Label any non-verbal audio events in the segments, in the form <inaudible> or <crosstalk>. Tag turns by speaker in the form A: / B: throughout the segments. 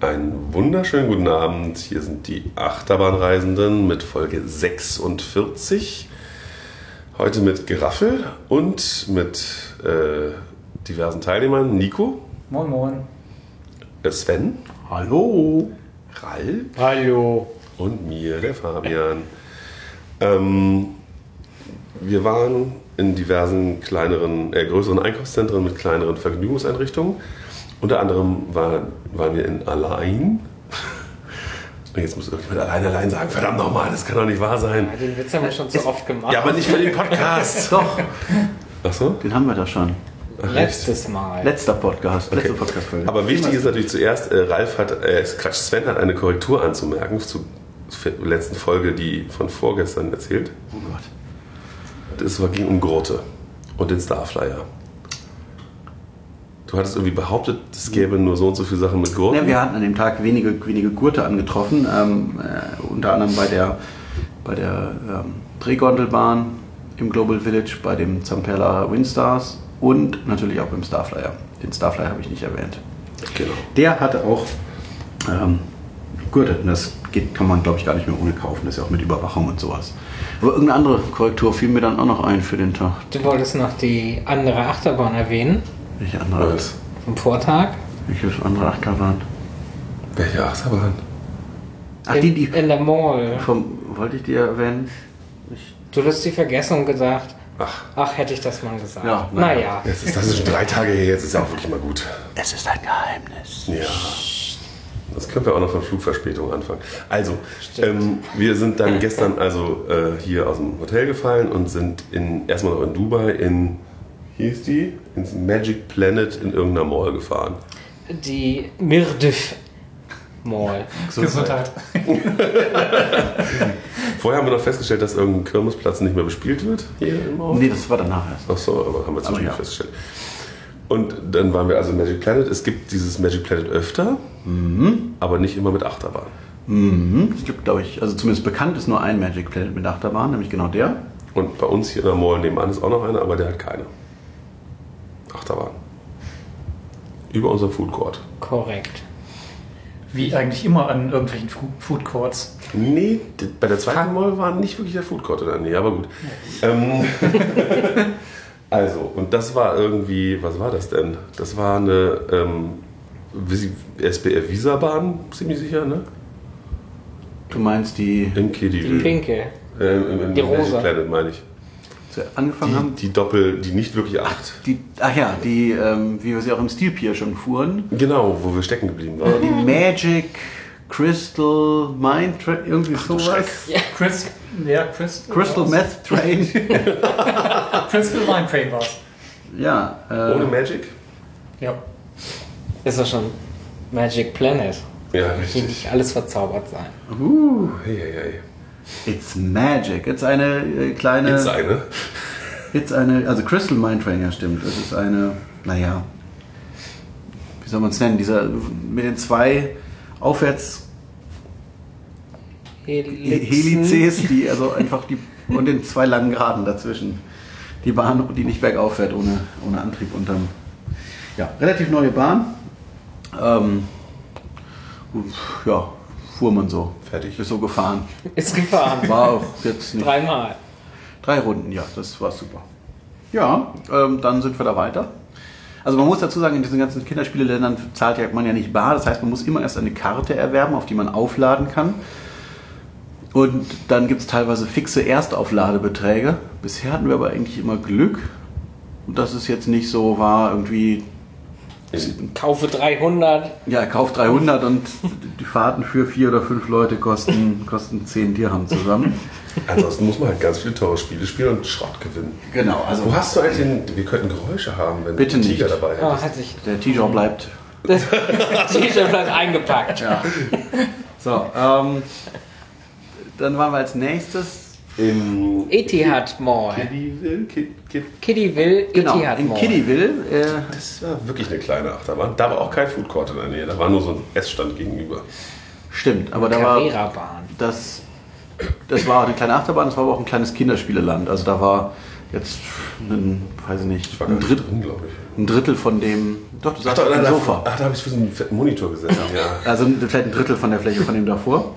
A: Einen wunderschönen guten Abend. Hier sind die Achterbahnreisenden mit Folge 46. Heute mit Geraffel und mit äh, diversen Teilnehmern. Nico,
B: Moin Moin.
A: äh, Sven,
C: Hallo.
A: Ralf
C: Hallo.
A: und mir, der Fabian. Ähm, wir waren in diversen kleineren, äh, größeren Einkaufszentren mit kleineren Vergnügungseinrichtungen. Unter anderem war, waren wir in Allein. <laughs> Und jetzt muss irgendjemand allein allein sagen, verdammt nochmal, das kann doch nicht wahr sein.
B: Ja, den Witz haben wir schon zu oft gemacht.
A: Ja, aber nicht für den Podcast.
C: <laughs> Doch,
A: Ach so?
C: den haben wir da schon.
A: Ach,
B: Letztes Mal.
C: Letzter Podcast, letzte Podcast-Folge. Ne,
A: Aber wichtig ist natürlich zuerst, äh, Ralf hat, äh, Quatsch, Sven hat eine Korrektur anzumerken zu zur letzten Folge, die von vorgestern erzählt.
C: Oh Gott.
A: Es war- ging um Grote und den Starflyer. Du hattest irgendwie behauptet, es gäbe nur so und so viele Sachen mit Groten.
C: Ja, wir hatten an dem Tag wenige, wenige Gurte angetroffen, ähm, äh, unter anderem bei der, bei der ähm, Drehgondelbahn im Global Village, bei dem Zamperla Windstars und natürlich auch beim Starflyer. Den Starflyer habe ich nicht erwähnt.
A: Genau.
C: Der hatte auch ähm, Gurte. Und Das geht, kann man, glaube ich, gar nicht mehr ohne kaufen. Das ist ja auch mit Überwachung und sowas. Aber irgendeine andere Korrektur fiel mir dann auch noch ein für den Tag.
B: Du wolltest noch die andere Achterbahn erwähnen
C: Welche andere?
A: Was?
B: vom Vortag.
C: Welche andere Achterbahn?
A: Welche Achterbahn?
C: Ach,
A: Äh,
B: in,
C: die, die
B: in der Mall.
C: vom, wollte ich dir erwähnen?
B: Du hast sie vergessen und gesagt,
A: Ach,
B: ach, hätte ich das mal gesagt.
C: Ja,
B: naja.
C: naja.
A: das ist, das ist schon drei Tage her, jetzt ist ja auch wirklich mal gut.
C: Es ist ein Geheimnis.
A: Ja. Das können wir auch noch von Flugverspätung anfangen. Also, ähm, wir sind dann gestern also äh, hier aus dem Hotel gefallen und sind in, erstmal noch in Dubai in, hieß die, ins Magic Planet in irgendeiner Mall gefahren.
B: Die Mirdif Mall.
D: Gesundheit.
A: Vorher haben wir noch festgestellt, dass irgendein Kirmesplatz nicht mehr bespielt wird hier im Ort.
C: Nee, das war danach erst.
A: Ach so, aber haben wir zwischendurch
C: ja.
A: festgestellt. Und dann waren wir also in Magic Planet. Es gibt dieses Magic Planet öfter, aber nicht immer mit Achterbahn.
C: Mhm. Es gibt, glaube ich, also zumindest bekannt ist nur ein Magic Planet mit Achterbahn, nämlich genau der.
A: Und bei uns hier in der Mall nebenan ist auch noch einer, aber der hat keine. Achterbahn. Über unser Food Court.
B: Korrekt.
D: Wie eigentlich immer an irgendwelchen Fu- Food Courts.
A: Nee, d- bei der zweiten Mall war nicht wirklich der Food Court in der Nähe, aber gut. Ähm, <laughs> also, und das war irgendwie, was war das denn? Das war eine ähm, Visi- SBR Visabahn, ziemlich sicher, ne?
C: Du meinst die,
A: Im Kiddie.
B: Die pinke.
A: Ähm, im, im
B: Die
A: im Magic
B: rosa.
A: Planet meine ich.
C: die angefangen
A: Die,
C: haben?
A: die Doppel, die nicht wirklich acht.
C: Die, ach ja, die, ähm, wie wir sie auch im Steel Pier schon fuhren.
A: Genau, wo wir stecken geblieben waren.
C: Die Magic Crystal Mind Train, irgendwie sowas.
D: Chris, ja, Chris.
C: Crystal Meth <laughs> Train.
D: Crystal Mine Train war's.
C: ja,
A: Ohne
C: äh,
A: Magic?
D: Ja.
B: Ist das schon Magic Planet.
A: Ja,
B: Hier
A: richtig.
B: nicht alles verzaubert sein.
C: uh,
A: Hey, hey, hey.
C: It's Magic. Jetzt eine äh, kleine.
A: Jetzt eine.
C: Jetzt eine, also Crystal Mind Train, ja stimmt. Das ist eine, naja, wie soll man es nennen? Dieser mit den zwei aufwärts
B: Helixen.
C: Helices, die also einfach die und den zwei langen Geraden dazwischen. Die Bahn, die nicht bergauf fährt ohne, ohne Antrieb unterm. Ja, relativ neue Bahn. Ähm, uff, ja, fuhr man so.
A: Fertig.
C: Ist so gefahren.
B: Ist
C: <laughs>
B: gefahren.
C: War auch jetzt nicht.
B: Dreimal.
C: Drei Runden, ja, das war super. Ja, ähm, dann sind wir da weiter. Also man muss dazu sagen, in diesen ganzen Kinderspieleländern zahlt ja- man ja nicht bar. Das heißt, man muss immer erst eine Karte erwerben, auf die man aufladen kann. Und dann gibt es teilweise fixe Erstaufladebeträge. Bisher hatten wir aber eigentlich immer Glück, dass es jetzt nicht so war, irgendwie,
B: Kaufe 300.
C: ja, kauf 300 und die Fahrten für vier oder fünf Leute kosten, kosten 10 Dirham zusammen.
A: Ansonsten muss man halt ganz viele teure Spiele spielen und Schrott gewinnen.
C: Genau, also
A: Wo hast du eigentlich den, wir könnten Geräusche haben, wenn
C: Bitte
A: du einen Tiger
C: nicht.
A: dabei
B: Oh,
A: hättest.
B: hat sich
C: der T-Jaw bleibt
B: T-Shirt bleibt eingepackt.
C: Ja. So, ähm, dann waren wir als nächstes
A: Im
B: Etihad Mall.
A: Kiddie, Kid, Kid.
B: Kiddyville,
C: genau
B: Etihad
C: in
B: Mall.
C: Kiddyville. Äh,
A: Das war wirklich eine kleine Achterbahn. Da war auch kein Food Court in der Nähe, da war nur so ein Essstand gegenüber.
C: stimmt, aber da war
B: Carrera-Bahn.
C: das, das war eine kleine Achterbahn, das war aber auch ein kleines Kinderspieleland. Also da war jetzt einen, weiß ich
A: Ich
C: nicht,
A: war gar
C: ein,
A: nicht
C: Dritt,
A: drin, glaube ich.
C: ein Drittel von dem. Doch, du
A: Ach,
C: sagst
A: da,
C: auf
A: da,
C: dem
A: da,
C: Sofa.
A: ach, da habe ich für so einen fetten Monitor gesessen. Ja.
C: Also vielleicht ein Drittel von der Fläche von dem davor.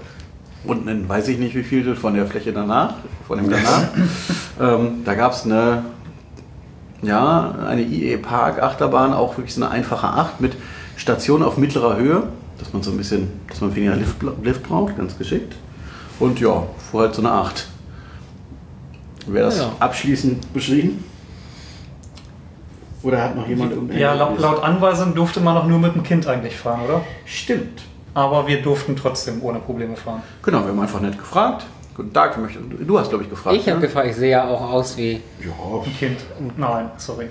C: Und ein weiß ich nicht wie viel von der Fläche danach, von
D: <laughs>
C: dem danach. ähm, da gab es eine, ja, eine IE Park Achterbahn, auch wirklich so eine einfache Acht mit Station auf mittlerer Höhe, dass man so ein bisschen, dass man weniger Lift, Lift braucht, ganz geschickt. Und ja, vorher halt so eine Acht. Wäre das
B: Ja.
C: abschließend beschrieben? Oder hat noch jemand irgendeine
D: Ja, laut, laut Anweisung durfte man noch nur mit dem Kind eigentlich fahren, oder?
C: Stimmt.
D: Aber wir durften trotzdem ohne Probleme fahren.
C: Genau, wir haben einfach nett gefragt. Guten Tag, wir möchten- du hast, glaube ich, gefragt.
B: Ich habe
C: ne?
B: gefragt, ich sehe ja auch aus wie
D: Ein Kind. Nein, sorry.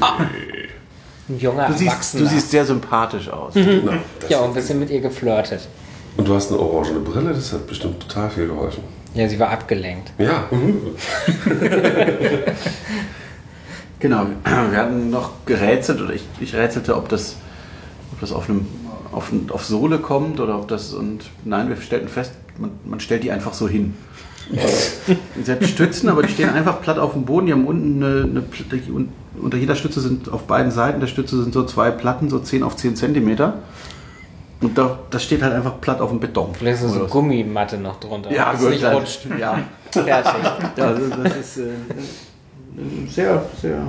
B: ein junger
C: du, siehst,
B: Erwachsener. Mhm.
C: du siehst sehr sympathisch aus. <laughs>
A: Na, genau. das-
B: ja, und ein bisschen mit ihr geflirtet.
A: Und du hast eine orangene Brille, das hat bestimmt total viel geholfen.
B: Ja, sie war abgelenkt.
A: Ja. Mhm.
C: Genau, wir hatten noch gerätselt, oder ich, ich rätselte, ob das, ob das auf, einem, auf, ein- auf Sohle kommt oder ob das. Und nein, wir stellten fest, man, man stellt die einfach so
B: <laughs>
C: hin. Sie hat Stützen, aber die stehen einfach platt auf dem Boden. Die haben unten eine, eine Pl- die un- unter jeder Stütze sind auf beiden Seiten der Stütze sind so zwei Platten, so 10 auf 10 Zentimeter. Und da, das steht halt einfach platt auf dem Beton.
B: Vielleicht ist so
C: Oder
B: eine Gummimatte noch drunter.
C: Oh, Ja,
B: dass es
C: gut,
B: nicht
C: dann-
B: rutscht.
C: Ja, <laughs>
B: Fertig.
C: das ist, das ist äh, sehr, sehr.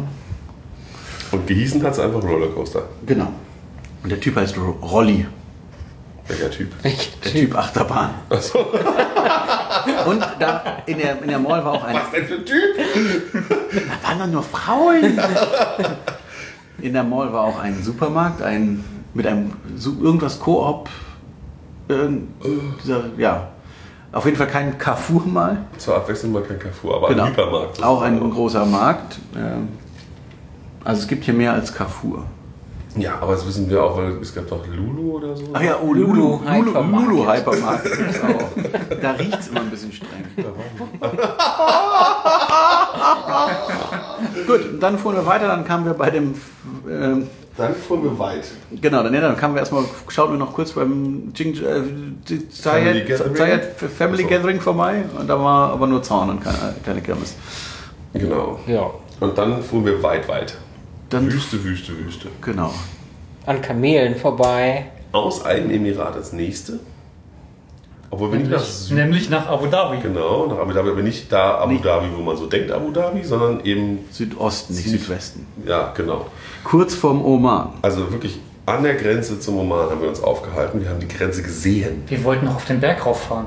A: Und gehießen hat es einfach Rollercoaster.
C: Genau. Und der Typ heißt Ro- Rolli,
A: Welcher Typ.
B: Ich-
C: der Typ Achterbahn. Und da in der, in der Mall war auch ein.
A: Was denn für ein Typ?
C: Da waren doch nur Frauen! In der Mall war auch ein Supermarkt, ein mit einem Su- irgendwas Koop. irgend- dieser- Ja. Auf jeden Fall kein Carrefour mal.
A: Zur Abwechslung mal kein Carrefour, aber ein Hypermarkt.
C: Genau. Auch ein großer Markt. ähm, Also es gibt hier mehr als Carrefour.
A: Ja, aber das wissen wir auch, weil es gab doch Lulu oder so.
C: Ach ja, oh, Lulu,
B: Lulu
C: Lulu,
B: Hypermarket.
C: Lulu Hypermarkt. gibt's auch. da riecht es immer ein bisschen streng. <laughs> Gut, dann fuhren wir weiter, dann kamen wir bei dem, ähm,
A: Dann fuhren wir weit.
C: genau, dann, ja, dann kamen wir erstmal, schauten wir noch kurz beim Jing, äh, die
A: Family
C: Zayed-
A: Gathering?
C: Zayed Family
A: Ach so.
C: Gathering vorbei und da war aber nur Zaun und keine, keine Kirmes.
A: Genau.
B: Ja,
A: Und dann fuhren wir weit, weit.
C: Dann,
A: Wüste, Wüste, Wüste.
C: genau,
B: an Kamelen vorbei.
A: Aus einem Emirat ins nächste. Obwohl wir nicht nach Süden.
D: Nämlich nach Abu Dhabi.
A: Genau, nach Abu Dhabi, aber nicht da Abu
C: Nicht-
A: Dhabi, wo man so denkt Abu Dhabi, sondern eben,
C: Südosten, nicht
A: Süd-
C: Südwesten.
A: ja, genau.
C: Kurz vorm Oman.
A: Also wirklich an der Grenze zum Oman haben wir uns aufgehalten. Wir haben die Grenze gesehen.
D: Wir wollten noch auf den Berg rauffahren.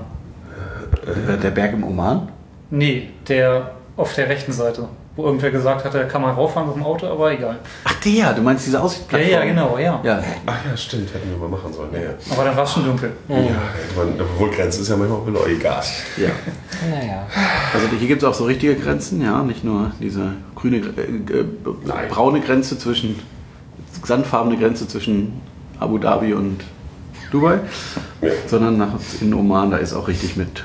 A: Äh.
C: Der Berg im Oman?
D: Nee, der auf der rechten Seite. Wo irgendwer gesagt hatte, kann man rauffahren mit dem Auto, aber egal.
C: Ach der, du meinst diese
D: Ja,
C: Aussichtsplattform?
D: ja, genau, ja.
C: Ja,
A: Ach ja, stimmt, hätten wir mal machen sollen. Ja, ja.
D: Aber dann war es schon dunkel.
A: ja man, obwohl Grenze ist ja manchmal auch below, egal.
C: ja.
B: Naja.
C: Also hier gibt es auch so richtige Grenzen, ja, nicht nur diese grüne, äh, äh,
A: Nein.
C: braune Grenze zwischen, sandfarbene Grenze zwischen Abu Dhabi und Dubai,
A: Ja.
C: sondern nach in Oman, da ist auch richtig mit,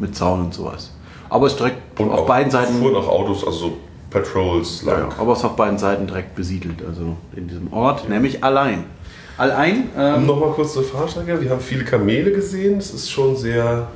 C: mit Zaun und sowas. Aber es ist direkt
A: Und
C: auf
A: auch
C: beiden Seiten,
A: Fuhren auch Autos, also so Patrols
C: ja,
A: lang.
C: ja, aber es ist auf beiden Seiten direkt besiedelt, also in diesem Ort, nämlich allein. Allein,
A: Um
C: ähm,
A: nochmal kurz zur Fahrstrecke. Wir haben viele Kamele gesehen. Es ist schon sehr.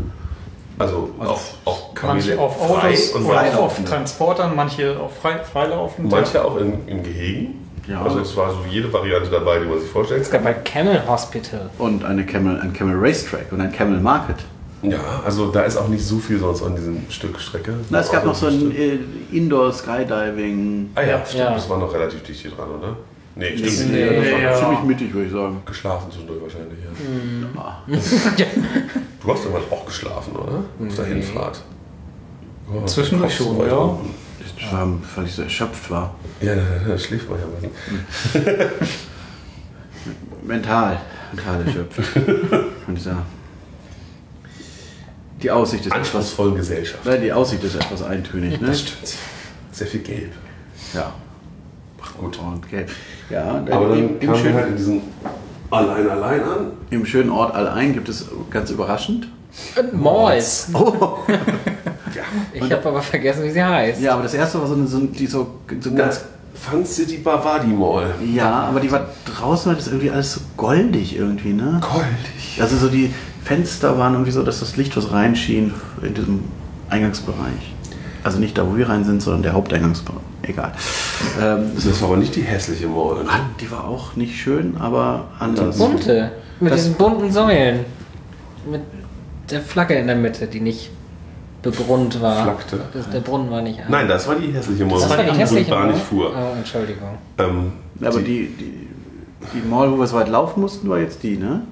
A: Also,
C: Also
A: auch, auch
D: Manche
A: Kamele
D: auf
A: frei
D: Autos
A: und
D: oder
A: weit.
D: auf, auf Transportern, manche auf frei, freilaufend.
A: Manche auch in, in Gehegen.
C: Ja.
A: Also, es war so jede Variante dabei, die man sich vorstellen
B: Es
A: kann.
B: gab ein Camel Hospital.
C: und eine Camel, ein Camel Racetrack und ein Camel Market.
A: Ja, also da ist auch nicht so viel sonst an diesem Stück Strecke. Also
C: Na, es gab noch so ein
A: Stück.
C: äh, Indoor Skydiving.
A: Ah ja, stimmt,
B: Ja.
A: das war noch relativ dicht hier dran, oder? Nee, stimmt.
D: Nee.
C: das war
D: ja.
C: ziemlich mittig, würde ich sagen.
A: Geschlafen zwischendurch wahrscheinlich, ja.
C: Ah.
A: Du hast irgendwann auch geschlafen, oder? Auf der Hinfahrt. Oh,
D: Zwischendurch
A: kommst du
D: schon,
A: weit
D: ja.
A: rum.
C: Ich war, weil ich so erschöpft war.
A: Ja, <laughs> da schläft man ja mal.
C: Mental. Mental <laughs> erschöpft. Und ich sag, die Aussicht ist etwas.
A: Anspruchsvollen Gesellschaft.
C: Nein, die Aussicht ist etwas eintönig, ne?
A: Das stimmt. Sehr viel Gelb.
C: Ja.
A: Gut.
C: Und gelb. Ja,
A: Aber dann
C: im, im,
A: kamen wir
C: schönen,
A: halt in diesen Allein, Allein an.
C: im schönen Ort Allein gibt es ganz überraschend.
B: Und Malls.
C: Oh!
B: <laughs> Ich habe aber vergessen, wie sie heißt.
C: Ja, aber das erste war so eine, so, ein- die so, so ganz.
A: Fun City Bavadi Mall.
C: Ja, aber die war draußen, war das irgendwie alles so goldig irgendwie, ne?
A: Goldig.
C: Also so die Fenster waren irgendwie so, dass das Licht was reinschien in diesem Eingangsbereich. Also nicht da, wo wir rein sind, sondern der Haupteingangsbereich. Egal. Ähm,
A: Das war aber nicht die hässliche Mall.
C: Mann, die war auch nicht schön, aber anders.
B: Bunte. Mit
C: Das-
B: diesen bunten Säulen. Mit der Flagge in der Mitte, die nicht bebrunt war.
A: Flackte.
B: Das, der Brunnen war nicht an.
A: Nein, das war die hässliche Mall,
B: das war die
A: wo
B: hässliche
A: Bahn
B: Mall.
A: nicht fuhr.
B: Oh, Entschuldigung.
A: Ähm,
C: Aber die, die, die Mall, wo wir so weit laufen mussten, war jetzt die, ne?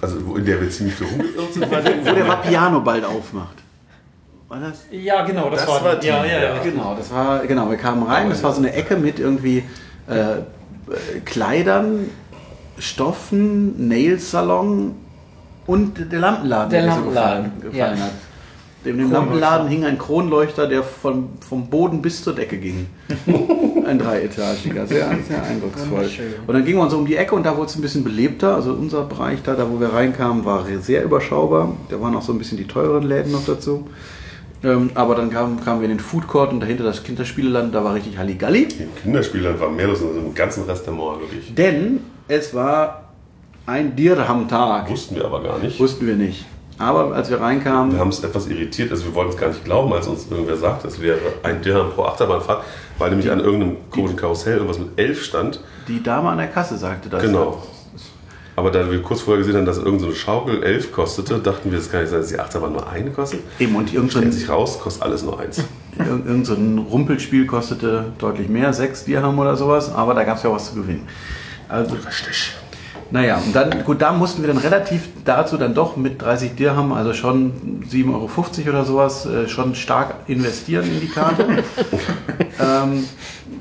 A: also wo- in der wir ziemlich so rumgeirrt sind. war die-
C: Wo der Vapiano bald aufmacht. War das?
D: Ja, genau, das,
A: Das
D: war,
A: war die,
D: Ja, ja, ja.
C: Genau, das war, genau, wir kamen rein, das war so eine Ecke mit irgendwie äh, äh, Kleidern, Stoffen, Nailsalon und der Lampenladen,
B: Der
C: mir so
B: Lampenladen,
C: gefallen, gefallen
B: ja.
C: hat. Dem, dem Lampenladen hing ein Kronleuchter, der von, vom Boden bis zur Decke ging.
B: <laughs>
C: ein dreietagiger, sehr, sehr eindrucksvoll.
B: Wunderschön.
C: Und dann gingen wir so um die Ecke und da wurde es ein bisschen belebter. Also unser Bereich da, da wo wir reinkamen, war sehr überschaubar. Da waren auch so ein bisschen die teureren Läden noch dazu. Ähm, aber dann kamen, kamen wir in den Food Court und dahinter das Kinderspieleland, da war richtig Halligalli.
A: Im Kinderspielern war mehr los als im ganzen Rest der Mall, wirklich.
C: Denn es war ein Dirham-Tag.
A: Wussten wir aber gar nicht.
C: Wussten wir nicht. Aber als wir reinkamen,
A: Wir haben es etwas irritiert, also wir wollten es gar nicht glauben, als uns irgendwer sagt, es wäre ein Dirham pro Achterbahnfahrt, weil nämlich an irgendeinem komischen Karussell irgendwas mit 11 stand.
C: die Dame an der Kasse sagte das.
A: Genau. Aber da wir kurz vorher gesehen haben, dass irgendeine so eine Schaukel 11 kostete, dachten wir, es kann nicht sein, dass die Achterbahn nur eine kostet.
C: Eben, und
A: Stellt
C: irgendein,
A: sich raus, kostet alles nur eins.
C: Irgend, irgend so ein Rumpelspiel kostete deutlich mehr, sechs Dirham oder sowas, aber da gab es ja auch was zu gewinnen. Also,
A: Richtig.
C: naja, und dann, gut, da mussten wir dann relativ dazu dann doch mit 30 Dirham, also schon 7,50 Euro oder sowas, äh, schon stark investieren in die Karte.
B: <laughs>
C: ähm,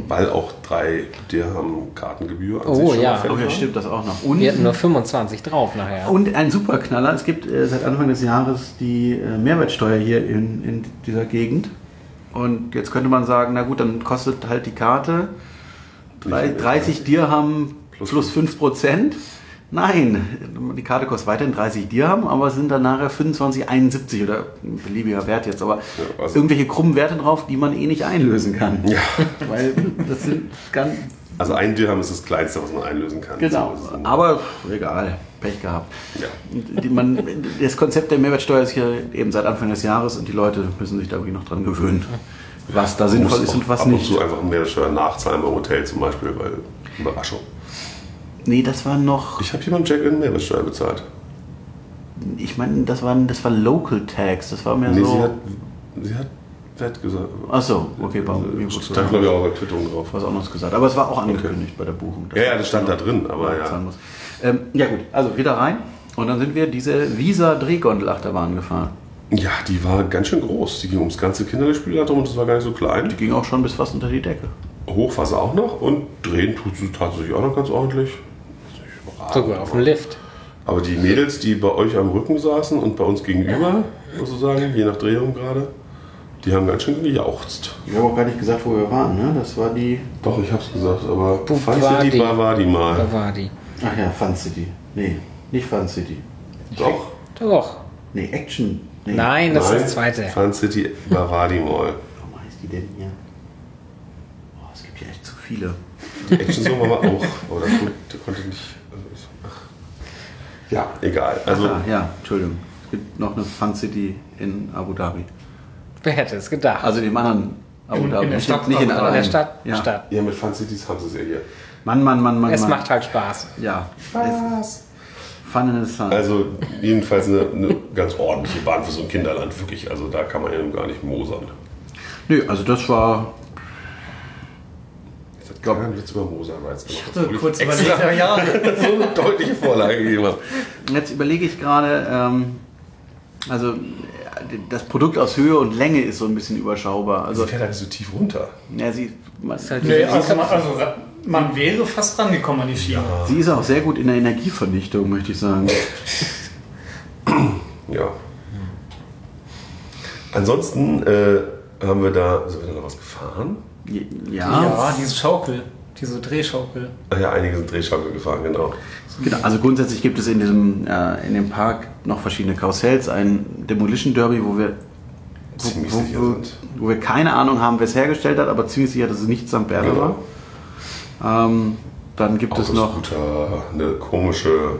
A: Weil auch drei Dirham Kartengebühr an
B: Oh, ja.
A: verfällt
C: oh ja,
A: war.
C: stimmt das auch noch. Und,
B: Wir hatten nur 25 drauf nachher.
C: und ein Superknaller, es gibt äh, seit Anfang des Jahres die äh, Mehrwertsteuer hier in, in dieser Gegend. Und jetzt könnte man sagen, na gut, dann kostet halt die Karte Drei- 30 Dirham
A: Plus
C: plus 5 Prozent? Nein, die Karte kostet weiterhin 30 Dirham, aber es sind dann nachher 25, 71 oder ein beliebiger Wert jetzt, aber
A: Ja, also-
C: irgendwelche krummen Werte drauf, die man eh nicht einlösen kann.
A: Ja.
C: Weil das sind ganz.
A: Also ein Dirham ist das kleinste, was man einlösen kann.
B: Genau.
A: So ist es.
C: Aber egal, Pech gehabt.
A: Ja.
C: Die, man, das Konzept der Mehrwertsteuer ist hier eben seit Anfang des Jahres und die Leute müssen sich da irgendwie noch dran gewöhnen, was da
A: Man muss
C: sinnvoll ist
A: auch
C: und was
A: ab
C: nicht.
A: Ab und zu einfach Mehrwertsteuer nachzahlen beim Hotel zum Beispiel, weil Überraschung.
C: Nee, das war noch.
A: Ich habe hier beim Check-in Mehrwertsteuer bezahlt.
C: Ich meine, das waren das war Local Tags, das war mehr
A: Nee,
C: so.
A: sie hat, sie hat Wert gesagt.
C: Ach so, Also- okay, warum?
A: Also, stand, glaube ich, auch auf der Quittung drauf.
C: was anderes gesagt. Aber es war auch angekündigt bei der Buchung. dass
A: Ja, ja,
C: man
A: das stand da drin, aber
C: noch
A: ja.
C: zahlen muss. Ähm, ja gut, also wieder rein und dann sind wir diese Visa Drehgondel Achterbahn gefahren.
A: Ja, die war ganz schön groß. Die ging ums ganze Kindergespiel herum und das war gar nicht so klein.
C: Die ging auch schon bis fast unter die Decke.
A: Hoch war sie auch noch und drehen tut sie tatsächlich auch noch ganz ordentlich. Das ist nicht überragend,
B: Sogar auf dem Lift.
A: Aber die Mädels, die bei euch am Rücken saßen und bei uns gegenüber, sozusagen, je nach Drehung gerade, die haben ganz schön gejauchzt.
C: Ich habe auch gar nicht gesagt, wo wir waren, ne? Das war die.
A: Doch, ich hab's gesagt, aber
B: Puh, war
A: Fancy
B: die.
A: die Bar war die mal.
B: Da war die.
C: Ach ja, Fun City. Nee, nicht Fun City.
A: Doch.
B: Doch.
C: Nee, Action. Nee.
B: Nein, das
A: Nein,
B: ist das zweite.
A: Fun City Bavadi Mall.
C: Warum heißt die denn hier? Oh, es gibt hier echt zu viele.
A: Die Action Zone war aber auch. Aber das gut, der konnte nicht. also ich- Ach. Ja, egal. Also,
C: ah, ja, Entschuldigung. Es gibt noch eine Fun City in Abu Dhabi.
B: Wer hätte es gedacht?
C: Also dem anderen Abu
D: In-
C: Dhabi.
D: in der
C: nicht-
D: Stadt
C: nicht in
D: Abu Dhabi.
B: in der
C: allen.
B: Stadt.
C: Ja.
B: Stadt.
A: ja, mit Fun Cities haben sie es ja hier.
C: Mann, Mann, Mann, Mann.
B: Es
C: Mann.
B: macht halt Spaß.
C: Ja. Es- Fun in the Sun.
A: Also, jedenfalls eine, eine ganz ordentliche Bahn für so ein Kinderland, wirklich. Also, da kann man ja nun gar nicht mosern.
C: Nö, also das war.
A: Ich hat gar keinen Witz über Moserreiz gemacht. Ich
D: So, kurz überlegt, aber ja.
A: <laughs> so eine deutliche Vorlage gegeben hast.
C: Jetzt überlege ich gerade, ähm, also äh, das Produkt aus Höhe und Länge ist so ein bisschen überschaubar.
A: Also,
C: Also,
A: fährt halt so tief runter.
C: ja, sie, man,
B: halt-
D: Nee, also, man, also man wäre fast rangekommen an die Schiene.
C: sie ist auch sehr gut in der Energievernichtung, möchte ich sagen.
A: Ja. Ansonsten äh, haben wir da. Sind wir da noch was gefahren?
C: Ja,
D: Ja, diese Schaukel, diese Drehschaukel.
A: Ach ja, einige sind Drehschaukel gefahren, genau.
C: Genau, also grundsätzlich gibt es in diesem äh, in dem Park noch verschiedene Karussells, ein Demolition Derby, wo wir wo,
A: Ziemlich
C: wo,
A: sicher
C: wo,
A: sind.
C: wo wir keine Ahnung haben, wer es hergestellt hat, aber ziemlich sicher, dass es nicht St. Bernhard
A: Genau. Oh,
C: war. Ähm, dann gibt es noch
A: Autoscooter, eine komische.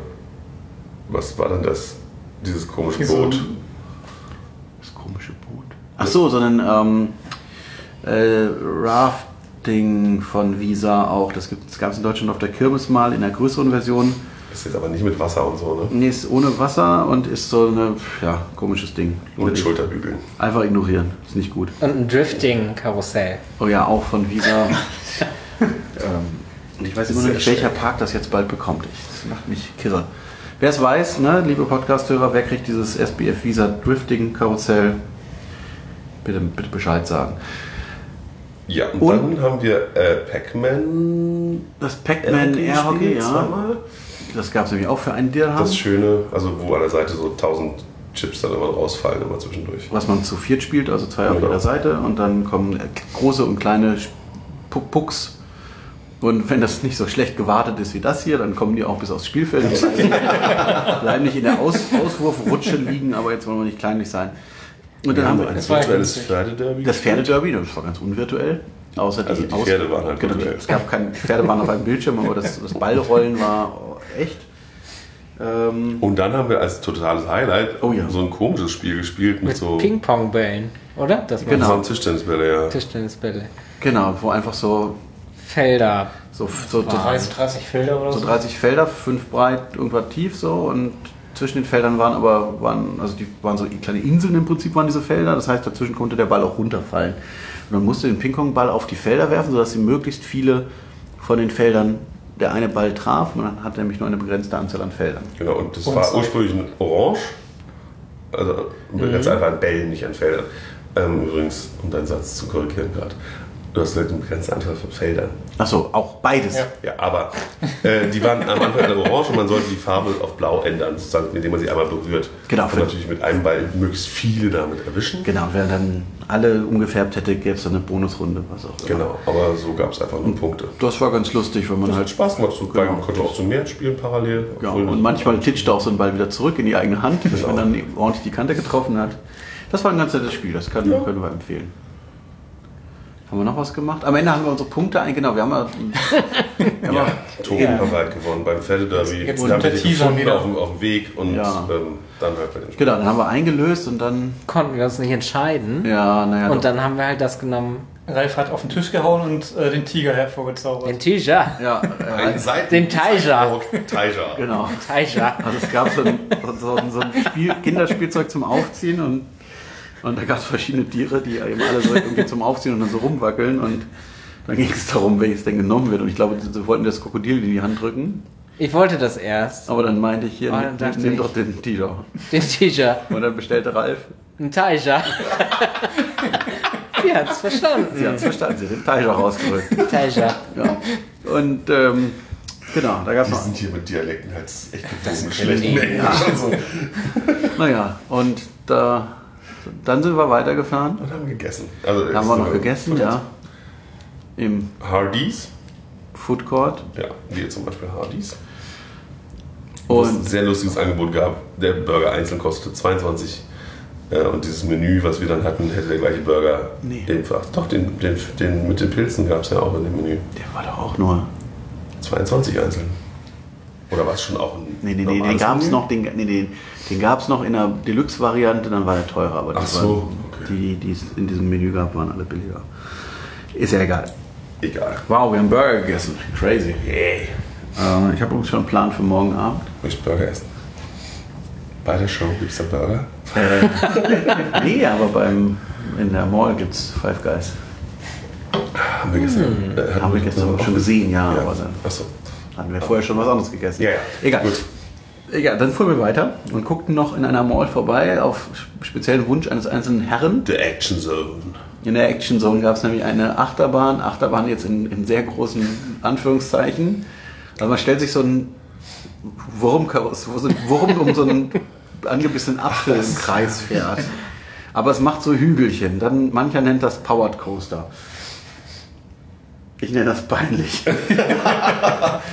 A: Was war denn das? Dieses komische
D: Diese-
A: Boot.
C: das komische Boot. Ach Ach so, sondern ähm, äh, Rafting von Visa auch. Das gibt es in Deutschland auf der Kirmes mal in einer größeren Version.
A: Das ist jetzt aber nicht mit Wasser und so, ne?
C: Nee, ist ohne Wasser und ist so ein ja, komisches Ding.
A: Mit Schulterbügeln.
C: Einfach ignorieren, ist nicht gut.
B: Und ein Drifting-Karussell.
C: Oh ja, auch
A: <laughs>
C: von Visa. ähm, und ich weiß immer noch
A: Sehr
C: nicht, welcher Park das jetzt bald bekommt. Ich, das macht mich kirre. Wer es weiß, ne, liebe Podcast-Hörer, wer kriegt dieses SBF Visa Drifting Karussell? Bitte, bitte Bescheid sagen.
A: Ja, und,
C: Und-
A: dann haben wir äh, Pac-Man.
C: Das Pac-Man Air Hockey,
A: gespielt,
C: ja.
A: Äh, zweimal.
C: Das gab es nämlich auch für einen Dirham.
A: Das Schöne, also wo an der Seite so 1000 Chips dann immer rausfallen, immer zwischendurch.
C: was man zu viert spielt, also zwei auf
A: Genau.
C: jeder Seite und dann kommen äh, große und kleine Sch- Pu- Pucks. Und wenn das nicht so schlecht gewartet ist wie das hier, dann kommen die auch bis aufs Spielfeld. Bleiben nicht in der Aus Auswurfrutsche liegen, aber jetzt wollen wir nicht kleinlich sein. Und dann haben wir
A: ein
D: war ja
A: virtuelles
D: günstig.
A: Pferdederby.
C: das Pferdederby, das war ganz unvirtuell. Außer
A: Also die
C: Aus-
A: Pferde waren halt
C: genau, die-
A: virtuell.
C: Es gab keine Pferde waren auf einem Bildschirm, aber das, das Ballrollen war echt. Ähm,
A: Und dann haben wir als totales Highlight
C: Oh ja.
A: so ein komisches Spiel gespielt mit,
B: Mit
A: so
B: Ping-Pong-Bällen, oder? Das waren
A: Das
C: Genau.
A: waren Tischtennisbälle, ja.
B: Tischtennisbälle.
C: genau, wo einfach so,
B: Felder.
C: so, so, so
D: 30, 30 Felder oder
C: so
D: so.
C: 30 Felder, fünf breit, irgendwas tief so und zwischen den Feldern waren aber waren also die waren so kleine Inseln im Prinzip waren diese Felder, das heißt dazwischen konnte der Ball auch runterfallen. Und man musste den Pingpongball auf die Felder werfen, sodass sie möglichst viele von den Feldern der eine Ball traf und dann hatte nämlich nur eine begrenzte Anzahl an Feldern.
A: Genau, und das
D: Und
A: war
D: so.
A: ursprünglich ein Orange. Also
C: Mhm.
A: ganz einfach an Bällen, nicht an Feldern. Ähm, übrigens, um deinen Satz zu korrigieren gerade. Du hast gesagt, eine begrenzte Anzahl von Feldern.
C: Achso, auch beides.
D: Ja.
A: Ja, aber äh, die waren am Anfang alle orange und man sollte die Farbe auf blau ändern, sozusagen, indem man sie einmal berührt.
C: Genau.
A: Und natürlich mit einem Ball möglichst viele damit erwischen.
C: Genau, wenn dann alle umgefärbt hätte, gäbe es dann eine Bonusrunde, was auch immer.
A: Genau, aber so gab es einfach nur Punkte.
C: Das war ganz lustig, wenn man
A: Das
C: halt
A: hat Spaß gemacht, so
C: Mhm. Genau.
A: man konnte auch zu mehr spielen parallel.
C: Ja,
A: obwohl-
C: und manchmal titscht auch so ein Ball wieder zurück in die eigene Hand,
A: Genau.
C: wenn dann ordentlich die Kante getroffen hat. Das war ein ganz nettes Spiel, das kann,
A: Ja.
C: können wir empfehlen. Haben wir noch was gemacht? Am Ende haben wir unsere Punkte ein, genau, wir haben ja, wir haben ja.
A: Toben haben wir halt gewonnen beim Pferdederby.
D: Jetzt
A: Dann haben wir die
D: unterteasern
A: gefunden
D: wieder.
A: auf dem, auf dem Weg und
C: Ja.
A: ähm, dann halt bei dem Spiel.
C: genau, dann haben wir eingelöst und dann,
B: Konnten wir uns nicht entscheiden.
C: ja, naja,
B: Und
C: doch.
B: dann haben wir halt das genommen.
D: Ralf hat auf den Tisch gehauen und äh, den Tiger hervorgezaubert.
B: Den Tiger.
C: ja, äh,
A: Ein Seiten
B: Den Teicher.
A: Teicher.
C: genau.
B: Tiger.
C: Also es gab so ein, so, so ein Spiel, Kinderspielzeug zum Aufziehen und, und da gab es verschiedene Tiere, die eben alle so irgendwie zum Aufziehen und dann so rumwackeln und dann ging es darum, welches denn genommen wird. Und ich glaube, sie wollten das Krokodil in die Hand drücken.
B: Ich wollte das erst.
C: Aber dann meinte ich hier,
B: Ah, dann dachte
C: nimm
B: ich-
C: doch den Tiger.
B: Den Tiger.
C: Und dann bestellte Ralf.
B: Ein
C: <laughs>
B: Tiger. Sie hat's verstanden.
C: Sie hat es verstanden, sie hat den Tiger rausgerückt.
B: Tiger.
C: Ja. Und ähm, genau, da gab es
A: Wir
C: noch.
A: sind hier mit Dialekten halt echt gewohnt.
B: kennen
A: Schlecht.
B: die.
A: Nee, <laughs> also,
C: Naja, und da, dann sind wir weitergefahren.
A: und haben gegessen. Also,
C: Da haben wir noch gegessen, ja. Im
A: Hardees.
C: Food Court.
A: Ja, wir zum Beispiel Hardees. Wo es ein
C: Und
A: sehr lustiges Angebot gab. Der Burger einzeln kostete 22. äh, Und dieses Menü, was wir dann hatten, hätte der gleiche Burger.
C: Nee.
A: Den, doch, den, den, den mit den Pilzen gab es ja auch in dem Menü.
C: der war doch auch nur.
A: 22 einzeln. Oder war es schon auch ein.
C: Nee, nee, nee, den
A: normales
C: gab es
A: Menü?
C: noch, den, nee, den, den gab's noch in der Deluxe-Variante, dann war der teurer. Aber die
A: Ach so,
C: waren-
A: okay.
C: die, die es in diesem Menü gab, waren alle billiger. Ist ja egal.
A: Egal.
C: Wow, wir haben Burger gegessen. Crazy.
A: Yay.
C: Äh, ich habe uns schon einen Plan für
A: <laughs>
C: morgen Abend.
A: Möchtest Burger essen? Bei der Show gibt es da Burger?
C: Äh, nee, aber beim, in der Mall gibt es Five Guys.
A: Haben wir gestern. äh, hatten
C: Haben wir gestern Hm, schon gesehen, ja.
A: Ja,
C: Aber dann
A: achso.
C: hatten wir vorher schon was anderes gegessen.
A: Ja, ja.
C: Egal.
A: Gut.
C: Egal, dann fuhren wir weiter und guckten noch in einer Mall vorbei auf speziellen Wunsch eines einzelnen Herren.
A: The Action Zone.
C: In der Action Zone gab es nämlich eine Achterbahn. Achterbahn jetzt in, in sehr großen Anführungszeichen. Also man stellt sich so einen Wurmkarussell, wo so ein Wurm um so einen angebissenen Apfel im Kreis fährt. Aber es macht so Hügelchen. Dann, mancher nennt das Powered Coaster. Ich nenne das peinlich.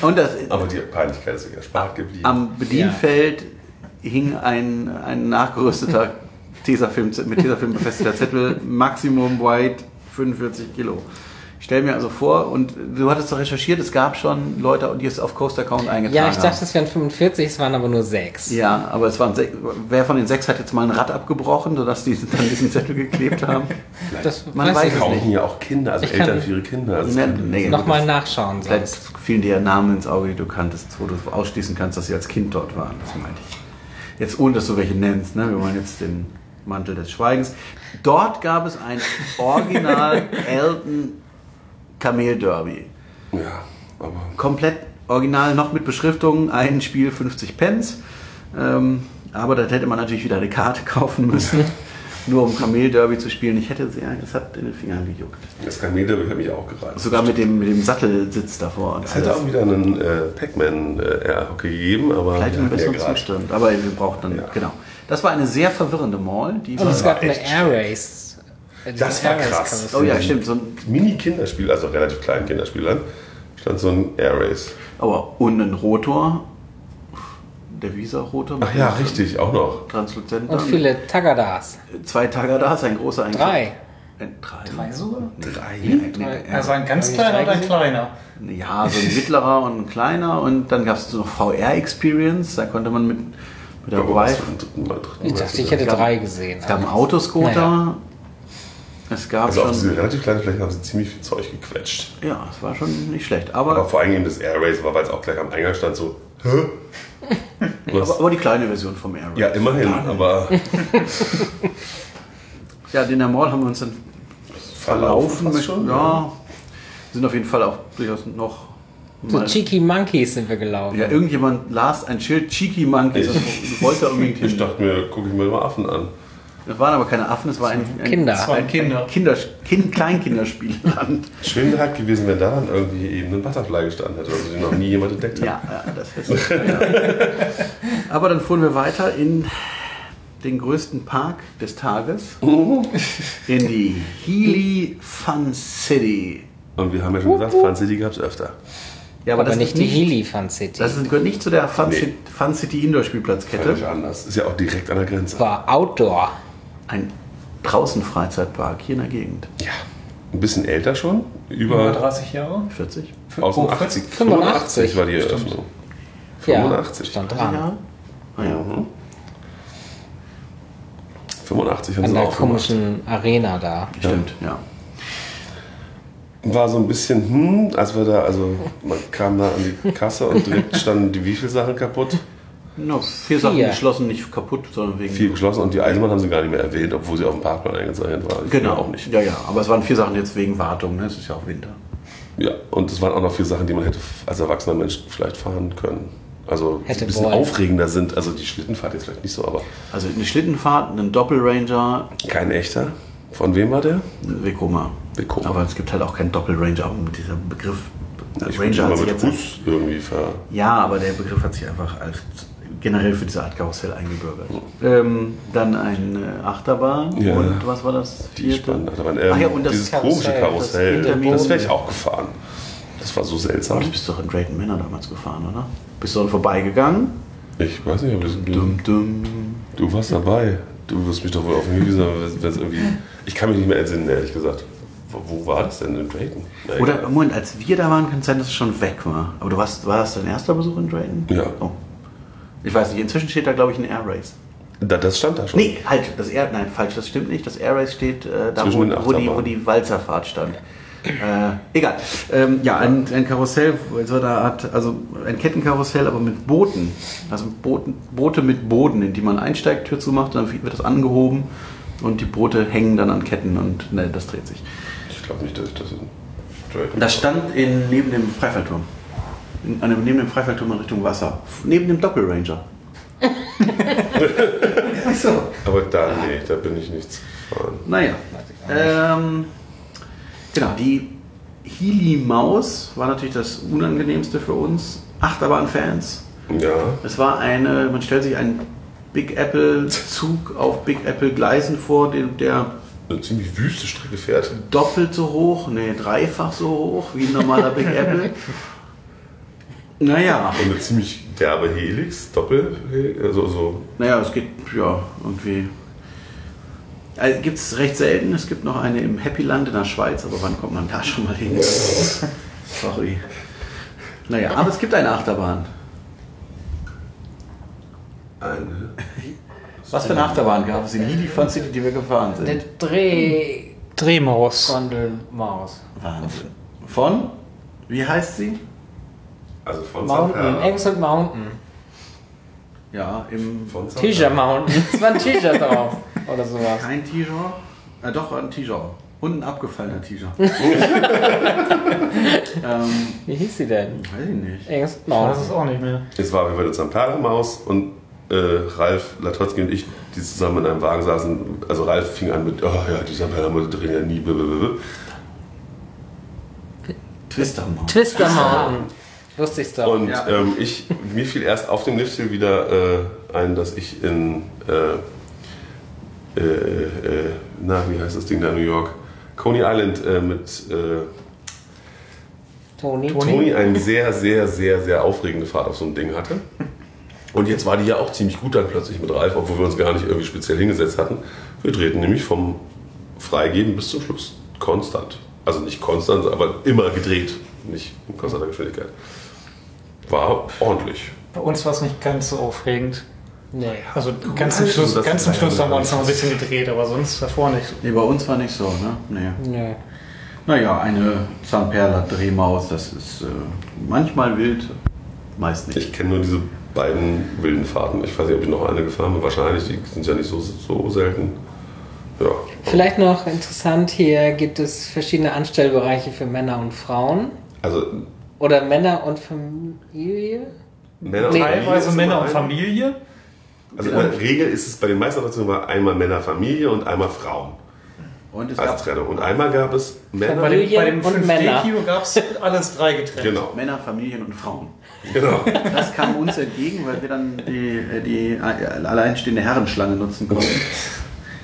C: Und das,
A: Aber die Peinlichkeit ist sich erspart geblieben.
C: am Bedienfeld hing ein, ein nachgerüsteter
B: <laughs>
C: Tesafilm, mit Tesafilm befestigter Zettel, Maximum White 45 Kilo. Ich stelle mir also vor, und du hattest doch recherchiert, es gab schon Leute, die es auf Coast Account eingetragen
B: Ja, ich
C: haben.
B: dachte, es wären 45, es waren aber nur 6.
C: Ja, aber es waren sech, wer von den sechs hat jetzt mal ein Rad abgebrochen, sodass die dann diesen Zettel geklebt haben?
B: Das
C: Man
B: weiß,
C: weiß
B: ich
C: es
B: nicht.
A: Kaufen ja auch Kinder, also
B: Ich kann-
A: Eltern für ihre Kinder. Also
C: Nee,
A: es gibt-
C: nee, gut,
B: Nochmal
C: das-
B: nachschauen
C: Vielleicht
B: sonst.
C: fielen dir Namen ins Auge, die du kanntest, wo du ausschließen kannst, dass sie als Kind dort waren. Das meinte ich. Jetzt ohne, dass du welche nennst. Ne? Wir wollen jetzt den Mantel des Schweigens. Dort gab es ein
A: <laughs>
C: Original Elton Kamel Derby.
A: Ja, aber
C: Komplett original, noch mit Beschriftungen. Ein Spiel 50 Pence. Ähm, aber das hätte man natürlich wieder eine Karte <laughs> kaufen müssen. Nur um Kamel Derby zu spielen. Ich hätte sehr, es hat in den Fingern gejuckt.
A: das Kamel hat mich auch gereizt.
C: Sogar mit dem, mit dem Sattelsitz davor. und
A: Es hätte
C: alles.
A: auch wieder einen äh, Pac-Man-Hockey gegeben, aber
C: Vielleicht einen
A: der hat
C: besseren
A: mir gereizt.
C: Zustand, aber wir brauchen dann,
A: Ja.
C: genau. Das war eine sehr verwirrende Mall. Die
B: Und es
C: war,
B: gab eine
A: echt
B: Air Race. Äh,
A: Das
B: diese
A: war
B: Air Race
A: krass.
B: kann es-
C: oh ja, stimmt, so ein,
A: Mini-Kinderspiel, also relativ kleinen Kinderspielern, stand so ein Air Race.
C: aber oh, und ein Rotor, der Visa-Rotor. mit
A: Ach ja,
C: dem
A: richtig, auch noch.
C: Transluzenten.
B: Und viele Tagadas.
C: Zwei Tage da ist ein großer Einkauf.
B: Drei.
C: Ein, drei.
D: Drei sogar?
A: Drei?
C: Nee, nee, ja.
D: Also ein ganz
B: Hab ich
D: kleiner und ein
B: gesehen?
D: kleiner.
C: Ja, so ein mittlerer und ein kleiner. Und dann gab es noch VR-Experience. Da konnte man mit, mit der
A: Aber was
C: Vive.
A: für einen dritten Mal drin?
B: Ich dachte, ich hätte
C: gab-
B: drei gesehen.
C: Es gab einen Autoscooter.
B: Naja.
C: Es gab
A: Also auf diese
C: schon.
A: relativ kleinen Flächen haben sie ziemlich viel Zeug gequetscht.
C: Ja, es war schon nicht schlecht.
A: Aber vor allem eben das Air Race war, weil es auch gleich am Eingang stand, so, hä? Was?
C: Aber, aber die kleine Version vom Air Race.
A: ja, immerhin, aber
C: Ja, den der Mall haben wir uns dann verlaufen.
A: Ah, fast
C: möchten.
A: schon.
C: ja. Sind auf jeden Fall auch durchaus noch.
B: So
C: Mal
B: Cheeky Monkeys sind wir gelaufen.
C: ja, irgendjemand las ein Schild Cheeky Monkeys und wollte
A: <laughs>
C: unbedingt
A: Ich
C: hin.
A: dachte mir, gucke ich mir mal Affen an.
C: Das waren aber keine Affen, das war ein, ein,
B: Kinder.
C: ein,
D: Das waren
C: ein Kinder.
D: Kinder.
C: Kinder, kind, Kleinkinderspielland.
A: Schön halt gewesen, wenn da dann irgendwie eben ein Butterfly gestanden hätte, also den noch nie jemand entdeckt hat.
C: Ja, ja, das ist es. ja. Aber dann fuhren wir weiter in den größten Park des Tages,
A: Oh.
C: in die Healy Fun City.
A: Und wir haben ja schon gesagt, Fun City gab es öfter.
C: Ja,
B: aber
C: das
B: nicht
C: ist
B: die Healy Fun City.
C: Das ist, gehört nicht zu der Fun,
A: Nee.
C: City, Fun City Indoor Spielplatzkette.
A: Völlig anders. Ist ja auch direkt an der Grenze.
B: war Outdoor.
C: Ein draußen Freizeitpark hier in der Gegend.
A: Ja. Ein bisschen älter schon.
D: Über
A: Über
D: 30 Jahre.
C: 40?
A: aus dem
D: Oh,
A: 80,
B: 85.
A: 85 war die Eröffnung. 85.
B: Ja, stand
C: Ah.
B: dran.
C: Ja. Ah, ja.
A: 85 haben
B: An
A: sie
B: der
A: auch gemacht.
B: komischen Arena da.
C: Stimmt, ja.
A: War so ein bisschen, hm, als wir da, also man kam da an die Kasse und
C: <laughs>
A: direkt standen die wie viele Sachen kaputt?
C: No, vier Sachen
B: Vier.
C: geschlossen, nicht kaputt, sondern wegen.
A: Viel geschlossen und die Eisenbahn haben sie gar nicht mehr erwähnt, obwohl sie auf dem Parkplan eingezeichnet war. Ich
C: Genau.
A: auch nicht.
C: Ja, ja. Aber es waren vier Sachen jetzt wegen Wartung, ne? Es ist ja auch Winter.
A: Ja, und es waren auch noch viele Sachen, die man hätte als erwachsener Mensch vielleicht fahren können. Also die
B: Hätte
A: ein bisschen
B: wollen.
A: aufregender sind. Also die Schlittenfahrt jetzt vielleicht nicht so, aber
C: Also eine Schlittenfahrt, einen Doppelranger,
A: kein echter. Von wem war der?
C: ein Vekoma.
A: Vekoma.
C: Aber es gibt halt auch keinen Doppelranger, auch mit diesem Begriff.
A: Ich
C: Ranger
A: bin
C: hat
A: immer
C: sich
A: mit
C: jetzt.
A: Bus irgendwie ver.
C: Ja, aber der Begriff hat sich einfach als generell für diese Art Karussell eingebürgert. Ähm, dann eine Achterbahn
A: Ja.
C: und was war das?
A: Die spannend. Aber, ähm,
C: Ach ja, und das
A: dieses
B: Karussell,
A: komische Karussell,
C: das
A: das,
C: Hintermobil.
A: wäre ich auch gefahren. Das war so seltsam.
C: Du bist doch in Drayton Manor damals gefahren, oder? Bist du dann vorbeigegangen?
A: Ich weiß nicht, ob das,
C: Dum, dum.
A: du warst dabei. Du wirst mich doch wohl auf mich hingewiesen haben, wenn- wenn es irgendwie. Ich kann mich nicht mehr entsinnen, ehrlich gesagt. Wo- Wo war das denn in Drayton? Na,
C: Oder,
A: egal.
C: Moment, als wir da waren, kann es sein, dass es schon weg war. Aber du warst, war das dein erster Besuch in Drayton?
A: Ja.
C: Oh. Ich weiß nicht, inzwischen steht da, glaube ich, ein Air Race.
A: Da, das stand da schon.
C: Nee, halt, das Air, nein, falsch, das stimmt nicht. Das Air Race steht äh, da,
A: Zwischen
C: wo,
A: den
C: wo, die, wo
A: Achterbahnen.
C: die Walzerfahrt stand. Äh, egal. Ähm, ja, ein, ein Karussell, so eine Art, also ein Kettenkarussell, aber mit Booten. Also Booten, Boote mit Boden, in die man einsteigt, Tür zumacht, dann wird das angehoben und die Boote hängen dann an Ketten und ne, das dreht sich.
A: Ich glaube nicht, dass ich das in Drayton.
C: Das stand in, neben dem Freifallturm. In, an dem, neben dem Freifallturm in Richtung Wasser. F- Neben dem <laughs> Doppelranger. Ach so.
A: Aber da, nee, da bin ich nichts gefahren.
C: Naja. Ähm, genau, die Healy Maus war natürlich das Unangenehmste für uns. Achterbahn-Fans.
A: Ja.
C: Es war eine, man stellt sich einen Big Apple-Zug <laughs> auf Big Apple-Gleisen vor, den, der
A: Eine ziemlich wüste Strecke fährt.
C: doppelt so hoch, nee, dreifach so hoch wie ein normaler Big Apple. Naja.
A: Und eine ziemlich derbe Helix, Doppel, also so
C: Naja, es geht, ja, irgendwie. Also gibt es recht selten. Es gibt noch eine im Happyland in der Schweiz, aber wann kommt man da schon mal hin? Sorry. Naja, aber es gibt eine Achterbahn.
A: Eine.
C: Was für eine Achterbahn gab es in Lili fandst du die, die wir gefahren
B: Der
C: sind?
B: Drehgondelmaus.
D: Drehmaus.
C: Wahnsinn. Von? Wie heißt sie?
A: Also von
B: Mountain.
A: Sanpera.
B: Engsel Mountain.
C: Ja, im
A: Von Sanpera.
B: T-Shirt Mountain. Es war ein T-Shirt drauf. Oder sowas.
C: kein T-Shirt. Äh, doch, ein T-Shirt. Und ein abgefallener T-Shirt. ähm,
B: Wie hieß sie denn?
C: weiß ich nicht.
B: Engsel
D: Das ist
B: Mountain.
D: auch nicht mehr.
A: Es war wir mit Zampala Maus und äh, Ralf Latotzki und ich, die zusammen in einem Wagen saßen. Also Ralf fing an mit, oh ja, die Zampala Maus drehen ja nie. blablabla."
C: Twister Mountain.
B: Twister Mountain. Lustigster.
A: Und
C: Ja.
A: ähm, ich, mir fiel erst auf dem Lifthill wieder äh, ein, dass ich in, äh, äh, äh, na, wie heißt das Ding da in New York? Coney Island äh, mit äh,
B: Tony.
A: Toni eine sehr, sehr, sehr, sehr aufregende Fahrt auf so einem Ding hatte. Und jetzt war die ja auch ziemlich gut dann plötzlich mit Ralf, obwohl wir uns gar nicht irgendwie speziell hingesetzt hatten. Wir drehten nämlich vom Freigeben bis zum Schluss konstant. Also nicht konstant, aber immer gedreht. Nicht in konstanter Geschwindigkeit. War ordentlich.
D: Bei uns war es nicht ganz so aufregend.
B: Nee.
D: Also ganz zum
A: Also,
D: Schluss,
A: das
D: ganz
A: ist
D: zum Schluss haben wir uns
A: leider
D: noch ein bisschen gedreht, aber sonst davor nicht.
C: Nee, bei uns war nicht so, ne? Nee.
B: Nee.
C: Naja, eine Zamperla-Drehmaus, das ist äh, manchmal wild, meist nicht.
A: Ich kenne nur diese beiden wilden Fahrten. Ich weiß nicht, ob ich noch eine gefahren bin. Wahrscheinlich, die sind ja nicht so, so selten. Ja.
B: Vielleicht noch interessant hier gibt es verschiedene Anstellbereiche für Männer und Frauen.
A: Also
B: Oder Männer und Familie.
A: Männer
B: Nee.
A: Familie
D: Teilweise
A: ist
D: Männer
A: immer
D: und
A: eine.
D: Familie.
A: Also in der Regel ist es bei den meisten Attraktionen war einmal Männerfamilie und einmal Frauen
C: Und es
A: als
C: gab
A: Trennung. Und einmal gab es
D: Bei
A: Männer.
D: dem, bei dem
B: Familien und Männer.
D: 5D-Kino gab es alles drei getrennt.
A: Genau,
C: Männer, Familien und Frauen.
A: genau.
C: Das kam uns entgegen, weil wir dann die, äh, die äh, alleinstehende Herrenschlange nutzen konnten.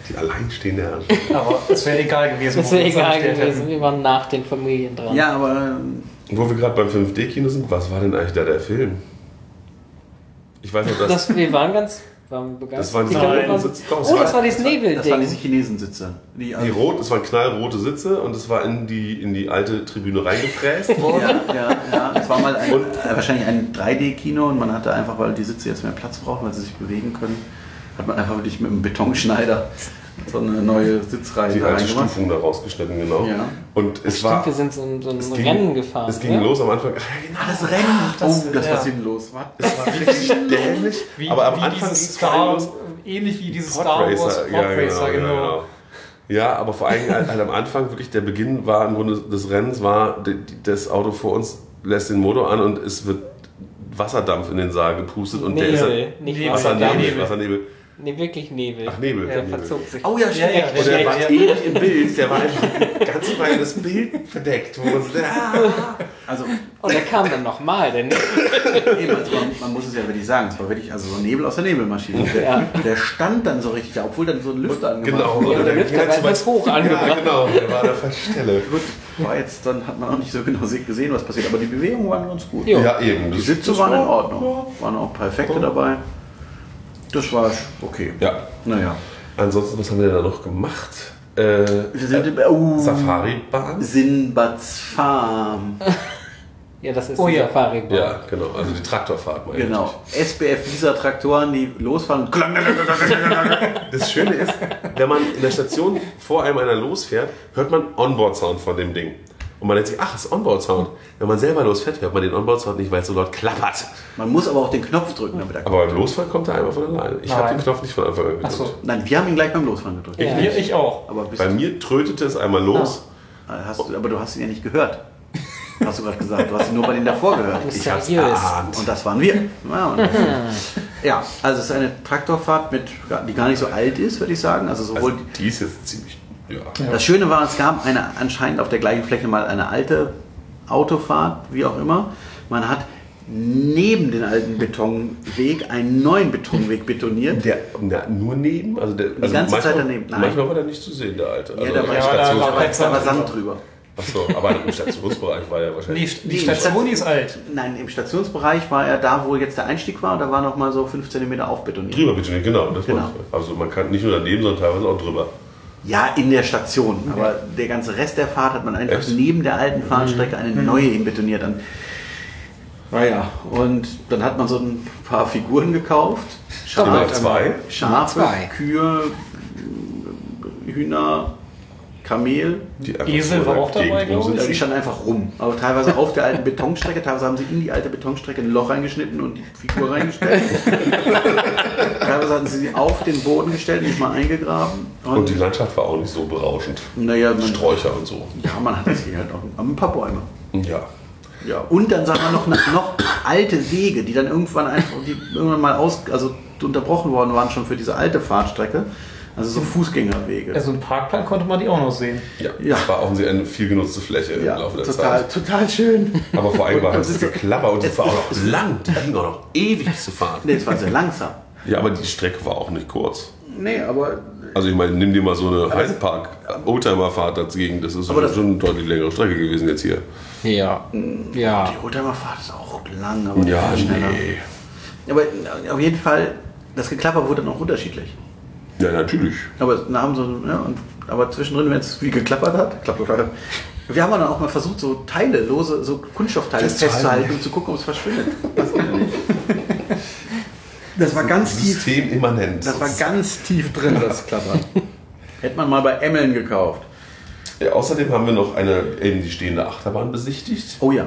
A: Die alleinstehende Herren.
D: Aber es wäre egal gewesen,
B: Das wäre
D: uns
B: egal
D: angestellt
B: gewesen,
D: hätten.
B: wir waren nach den Familien dran.
C: Ja, aber ähm,
A: Wo wir gerade beim 5D-Kino sind, was war denn eigentlich da der Film? Ich weiß noch, dass.
B: Das, wir waren ganz waren begeistert.
A: Das waren
B: Ich
A: diese
B: glaube, wir
A: roten
B: waren-
A: Sitze. Doch, es
B: Oh,
A: war-
B: das war dieses
C: das waren diese
B: Nebelding.
C: Chinesensitze. Die, äh,
A: Die rot, es waren knallrote Sitze und es war in die, in die alte Tribüne reingefräst.
C: ja, ja, ja. Es war mal ein, äh, wahrscheinlich ein 3D-Kino und man hatte einfach, weil die Sitze jetzt mehr Platz brauchen, weil sie sich bewegen können, hat man einfach wirklich mit einem Betonschneider so eine neue Sitzreihe
A: Die
C: da
A: alte
C: also reingemacht.
A: Stufung da rausgeschnitten, genau.
C: Ja.
A: Und es
B: Stimmt,
A: war.
B: wir sind so ein, so ein
A: es
B: Rennen
A: ging-
B: gefahren.
A: Es ging
B: ne?
A: los am Anfang. <laughs>
C: Ah, das Rennen!
D: das-
C: oh, das
D: ja.
C: was hier los war.
A: Es war richtig dämlich.
D: Wie,
A: aber am
D: wie
A: Anfang
D: dieses
A: ging's vor allem
D: Star,
A: los.
D: ähnlich wie dieses Star
A: Podracer,
D: Wars Podracer, genau.
A: Ja, aber vor allem halt am Anfang wirklich der Beginn war im Grunde des Rennens war die- die- das Auto vor uns lässt den Motor an und es wird Wasserdampf in den Saal gepustet und der ist
B: Nebel,
A: dann-
B: nicht
D: Nebel.
B: Wasserdampf.
A: Wassernebel,
D: Nebel.
A: Wassernebel.
B: Nee, wirklich Nebel.
A: Ach Nebel,
B: Der
A: der Nebel.
B: verzog sich.
C: Oh ja,
D: Ja,
C: stimmt.
D: ja,
A: Und der war
D: ja.
A: ewig im Bild, der war einfach ein ganz kleines Bild verdeckt. Wo man so, ah.
C: <laughs> Also, eben,
B: Und der kam dann nochmal, denn
C: also man, man muss es ja wirklich sagen, es war wirklich also so ein Nebel aus der Nebelmaschine.
D: <laughs>
C: Der,
B: Ja.
C: der stand dann so richtig da, obwohl dann so ein Lüfter angemacht
A: genau,
C: wurde.
A: oder
B: der Lüfter
A: ging halt
B: war
A: so weit-
B: etwas hoch
A: Ja,
B: angebracht.
A: genau, der war an der falschen Stelle.
C: Gut, war jetzt, dann hat man auch nicht so genau se- gesehen, was passiert, aber die Bewegungen waren ganz gut.
B: Jo.
A: Ja, eben.
C: Die
A: das-
C: Sitze
A: das
C: waren in
A: war-
C: Ordnung, waren auch perfekte dabei. Das war okay.
A: Ja.
C: Naja.
A: Ansonsten, was haben wir denn da noch gemacht? Äh,
C: Wir sind äh, uh,
A: Safari-Bahn?
C: Sinbads Farm.
B: Ja, das ist
D: Oh
B: die
D: ja.
B: Safari.
A: Ja, genau. Also die Traktorfahrt meine
C: Genau. SBF dieser Traktoren, die
A: <laughs>
C: losfahren. Klang, klang, klang, klang, klang, klang, klang.
A: ich. Das Schöne ist, wenn man in der Station vor einem einer losfährt, hört man Onboard-Sound von dem Ding. Und man denkt sich, ach, es ist Onboard-Sound. Wenn man selber losfährt, hört man den Onboard-Sound nicht, weil es so laut klappert.
C: Man muss aber auch den Knopf drücken, damit er
A: Aber beim Losfahren kommt er einmal von alleine. Ich habe
D: Nein.
A: den Knopf nicht von Anfang an gedrückt.
D: Ach so.
C: Nein, wir haben ihn gleich beim Losfahren gedrückt.
B: Ja.
D: Wir, ich auch.
C: Aber, bist
A: Bei
C: du,
A: mir trötete es einmal los.
C: hast du, aber du hast ihn ja nicht gehört. Hast du gerade gesagt. Du hast ihn nur bei denen davor gehört.
A: Ich hab's
B: Seriös.
A: erahnt.
C: Und das waren wir. Ja,
A: <laughs>
C: und das ja, also es ist eine Traktorfahrt, mit, die gar nicht so alt ist, würde ich sagen. Also sowohl
A: Also, die ist jetzt ziemlich. Ja.
C: Das Schöne war, es gab eine, anscheinend auf der gleichen Fläche mal eine alte Autofahrt, wie auch immer. Man hat neben den alten Betonweg einen neuen Betonweg betoniert.
A: Der, na, nur neben? Also der, also
C: ganze
A: manchmal,
C: Zeit daneben, nein.
A: Manchmal war der nicht zu sehen, der alte. Also
C: da war
A: im
D: ich-
C: da
A: Stationsbereich.
D: war-
C: war aber Sand drüber.
A: Achso, aber im Stationsbereich war der
D: Die,
A: wahrscheinlich.
D: die Station die ist alt.
C: Nein, im Stationsbereich war er da, wo jetzt der Einstieg war, und da war noch mal so 5 cm aufbetoniert.
A: Drüber betoniert, genau. Das
C: Genau.
A: meine ich. Also man kann nicht nur daneben, sondern teilweise auch drüber.
C: Ja, in der Station. Aber der ganze Rest der Fahrt hat man einfach
A: Mhm. Echt? Mhm.
C: neben der alten Fahrstrecke eine neue hinbetoniert. Dann, naja, und dann hat man so ein paar Figuren gekauft.
A: Immer
C: Schafe,
A: zwei.
C: Schafe
B: Zwei.
C: Kühe, Hühner, Kamel.
A: Die einfach
D: Esel
A: so
D: war
A: in
D: auch
A: der
D: dabei,
A: Gegend
D: glaub ich.
C: Ja,
A: rumsitzen.
C: die standen einfach rum. Aber teilweise auf der alten Betonstrecke, teilweise haben sie in die alte Betonstrecke ein Loch reingeschnitten und die Figur reingestellt. teilweise hatten sie sie auf den Boden gestellt, nicht mal eingegraben.
A: Und die Landschaft war auch nicht so berauschend.
C: naja, man,
A: Sträucher und so.
C: ja, man hat sich halt auch aber ein paar Bäume.
A: Ja.
C: Ja. Und dann sagen wir noch, noch alte Wege, die dann irgendwann einfach, die irgendwann mal aus, also unterbrochen worden waren schon für diese alte Fahrtstrecke. Also so Fußgängerwege.
D: Also einen Parkplan konnte man die auch noch sehen.
A: Ja,
C: Ja.
A: das war offensichtlich eine viel genutzte Fläche
C: ja,
A: im Laufe der
C: total,
A: Zeit.
C: total schön.
A: Aber vor allem war halt
C: Und
A: das
C: es ist-
A: Geklapper und die
C: es
A: war auch
C: ist-
A: noch lang. Die ging auch noch <laughs> ewig zu fahren.
C: Nee, es war sehr langsam.
A: Ja, aber die Strecke war auch nicht kurz.
C: Nee, aber
A: Also ich meine, nimm dir mal so eine Heidepark-Oldtimer-Fahrt dagegen. Das ist
C: Aber das-
A: schon eine deutlich längere Strecke gewesen jetzt hier.
B: Ja. Ja.
C: Die Oldtimerfahrt ist auch lang, aber
A: Ah. Ja,
C: viel schneller.
A: nee.
C: Aber äh, auf jeden Fall, das Geklapper wurde dann auch unterschiedlich.
A: Ja, natürlich.
C: Aber, da haben so, ja, und, aber zwischendrin, wenn es wie geklappert hat, klappt oder? Wir haben dann auch mal versucht, so Teile, lose, so Kunststoffteile
A: Festzuhalten.
C: festzuhalten, um zu gucken, ob es verschwindet. Das ging ja nicht. Das war ganz tief.
A: Systemimmanent.
C: Das war ganz tief drin, das Klappern. Hätte man mal bei Emmeln gekauft.
A: ja, Äh, außerdem haben wir noch eine eben die stehende Achterbahn besichtigt.
C: Oh ja.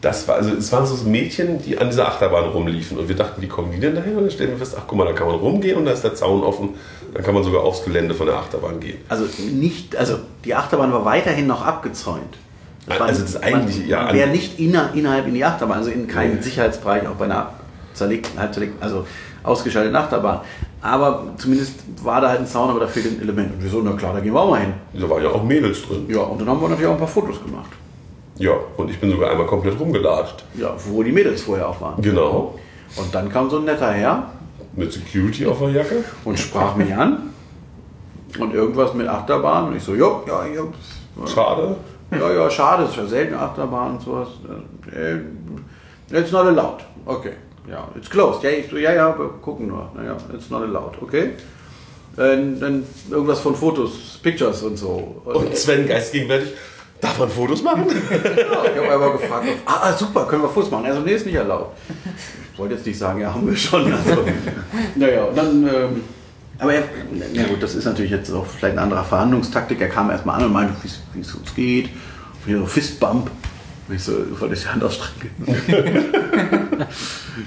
A: Das war, also es waren so Mädchen, die an dieser Achterbahn rumliefen. Und wir dachten, wie kommen die denn dahin? Und dann stellten wir fest, ach guck mal, da kann man rumgehen und da ist der Zaun offen. Dann kann man sogar aufs Gelände von der Achterbahn gehen.
C: Also nicht, also die Achterbahn war weiterhin noch abgezäunt.
A: Also das ist eigentlich-
C: man,
A: ja,
C: man wäre
A: an-
C: nicht inner, innerhalb in die Achterbahn, also in keinen
A: Nee.
C: Sicherheitsbereich, auch bei einer zerlegten, halb zerlegten, also ausgeschalteten Achterbahn. Aber zumindest war da halt ein Zaun, aber da fehlt ein Element. Und wir so, na klar, da gehen wir auch mal hin.
A: Da waren ja auch Mädels drin.
C: Ja, und dann haben wir natürlich auch ein paar Fotos gemacht.
A: Ja, und ich bin sogar einmal komplett rumgelatscht.
C: Ja, wo die Mädels vorher auch waren.
A: Genau.
C: Und dann kam so ein netter Herr
A: Mit Security auf der Jacke.
C: und sprach mich an. Und irgendwas mit Achterbahn. Und ich so, jo, ja, ja.
A: Schade.
C: Ja, ja, schade, ist ja selten Achterbahn und sowas. Äh, It's not allowed. Okay. Ja, it's closed. Ja, ich so, ja, ja, wir gucken nur. Naja, it's not allowed. Okay. Äh, dann irgendwas von Fotos, Pictures und so.
A: Und Sven Geist gegenwärtig, darf man Fotos machen?
C: Ja, ich habe einmal gefragt, ob, ah, ah, super, können wir Fuß machen? Also, nee, ist nicht erlaubt. Ich wollte jetzt nicht sagen, ja, haben wir schon. Also, <laughs> naja, und dann. Ähm, aber er, na gut, das ist natürlich jetzt auch vielleicht eine andere Verhandlungstaktik. Er kam erstmal an und meinte, wie es- wie es uns geht. Und hier so Fistbump. Und ich so, wollte ich die Hand ausstrecken. <laughs>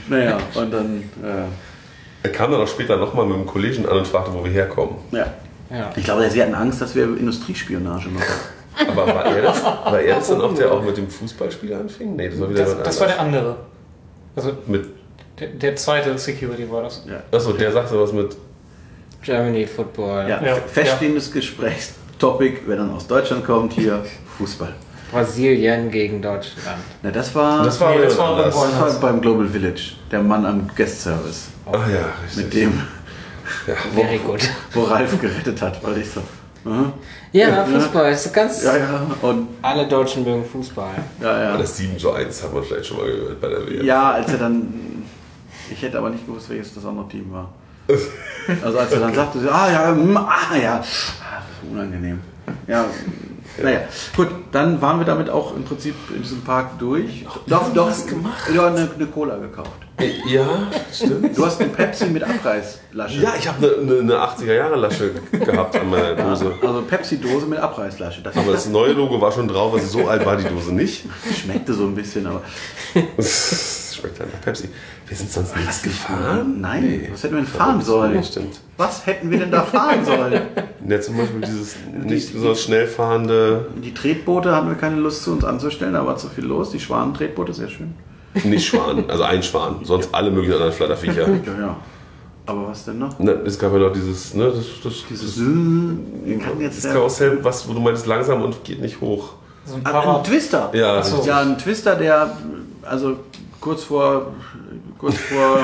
C: naja, und dann. Äh,
A: Er kam dann auch später nochmal mit dem Kollegen an und fragte, wo wir herkommen.
C: ja.
B: Ja.
C: Ich glaube, sie hatten Angst, dass wir Industriespionage machen.
A: Aber war er das, war er das dann auch, der auch mit dem Fußballspiel anfing? Nee, das war wieder
D: Das,
A: jemand
D: das war der
A: anders.
D: andere. Also
A: mit,
D: der, der zweite Security war das.
C: Ja.
A: Achso, der sagte was mit
B: Germany Football.
C: Ja,
D: Ja,
C: feststehendes Gesprächstopic, wenn dann aus Deutschland kommt, hier Fußball.
B: Brasilien gegen Deutschland.
C: Na, das war,
A: Das war,
D: Nee, das war
A: anders.
D: irgendwo
C: das war beim Global Village, der Mann am Guest Service,
A: Ach Ah, ja, richtig.
C: mit dem,
B: Very good.
C: wo Ralf gerettet hat, weil ich so. aha,
B: Ja, Fußball ist ganz.
C: Ja, ja, und
B: Alle Deutschen mögen Fußball.
C: ja, ja.
A: Das 7 zu 1 haben wir vielleicht schon mal gehört bei der WM.
C: Ja, als er dann. Ich hätte aber nicht gewusst, welches das andere Team war. Also als er dann sagte, so, ah ja, hm, ah ja, ah, das ist unangenehm. Ja, naja, gut, dann waren wir damit auch im Prinzip in diesem Park durch. Doch, doch, gemacht. du hast eine, eine Cola gekauft.
A: ja stimmt.
C: Du hast eine Pepsi mit Abreißlasche.
A: Ja, ich habe eine, eine 80er-Jahre-Lasche gehabt an meiner Dose.
C: Also Pepsi-Dose mit Abreißlasche. Das,
A: Aber das neue Logo war schon drauf, also so alt war die Dose nicht.
C: <laughs> schmeckte so ein bisschen, aber.
A: Das schmeckt halt nach Pepsi. Wir sind sonst nichts gefahren?
C: Nein, was hätten wir denn fahren sollen?
A: Nee, stimmt.
C: Was hätten wir denn da fahren sollen?
A: Ja, zum Beispiel
C: <laughs>
A: dieses nicht besonders schnell fahrende,
C: Die Tretboote hatten wir keine Lust zu uns anzustellen, da war zu viel los. Die Schwanentretboote, sehr schön.
A: nicht Schwan, also ein Schwan, sonst alle möglichen anderen
C: <laughs>
A: Flatterviecher.
C: Ja, ja. Aber was denn noch?
A: Na, Es gab ja noch dieses, ne, das, das,
C: Dieses wir kann jetzt
A: das
C: der,
A: Karussell, was, wo du meinst, langsam und geht nicht hoch.
D: So ein
C: Ah, ein
D: Para
C: Twister.
A: Ja,
D: so.
C: ja, ein Twister, der also kurz vor kurz vor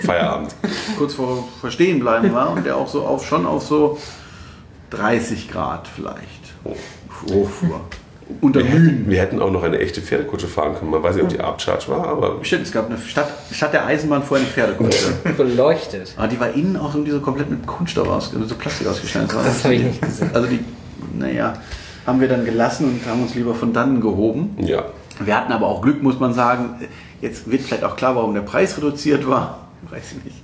C: <laughs>
A: Feierabend.
C: kurz vor verstehen bleiben war und der auch so auf schon auf so 30 Grad vielleicht hochfuhr. unter
A: Wir hätten,
C: Mühen.
A: wir hätten auch noch eine echte Pferdekutsche fahren können. Man weiß nicht, ob die Abcharge war, aber
C: Stimmt, es gab eine Stadt, Stadt der Eisenbahn vorher eine Pferdekutsche.
B: beleuchtet.
C: Aber die war innen auch irgendwie so komplett mit Kunststoff aus, also so Plastik ausgeschnitten.
B: Das habe ich nicht gesehen.
C: Also die, naja, haben wir dann gelassen und haben uns lieber von dannen gehoben.
A: ja.
C: Wir hatten aber auch Glück, muss man sagen. Jetzt wird vielleicht auch klar, warum der Preis reduziert war. Weiß ich nicht.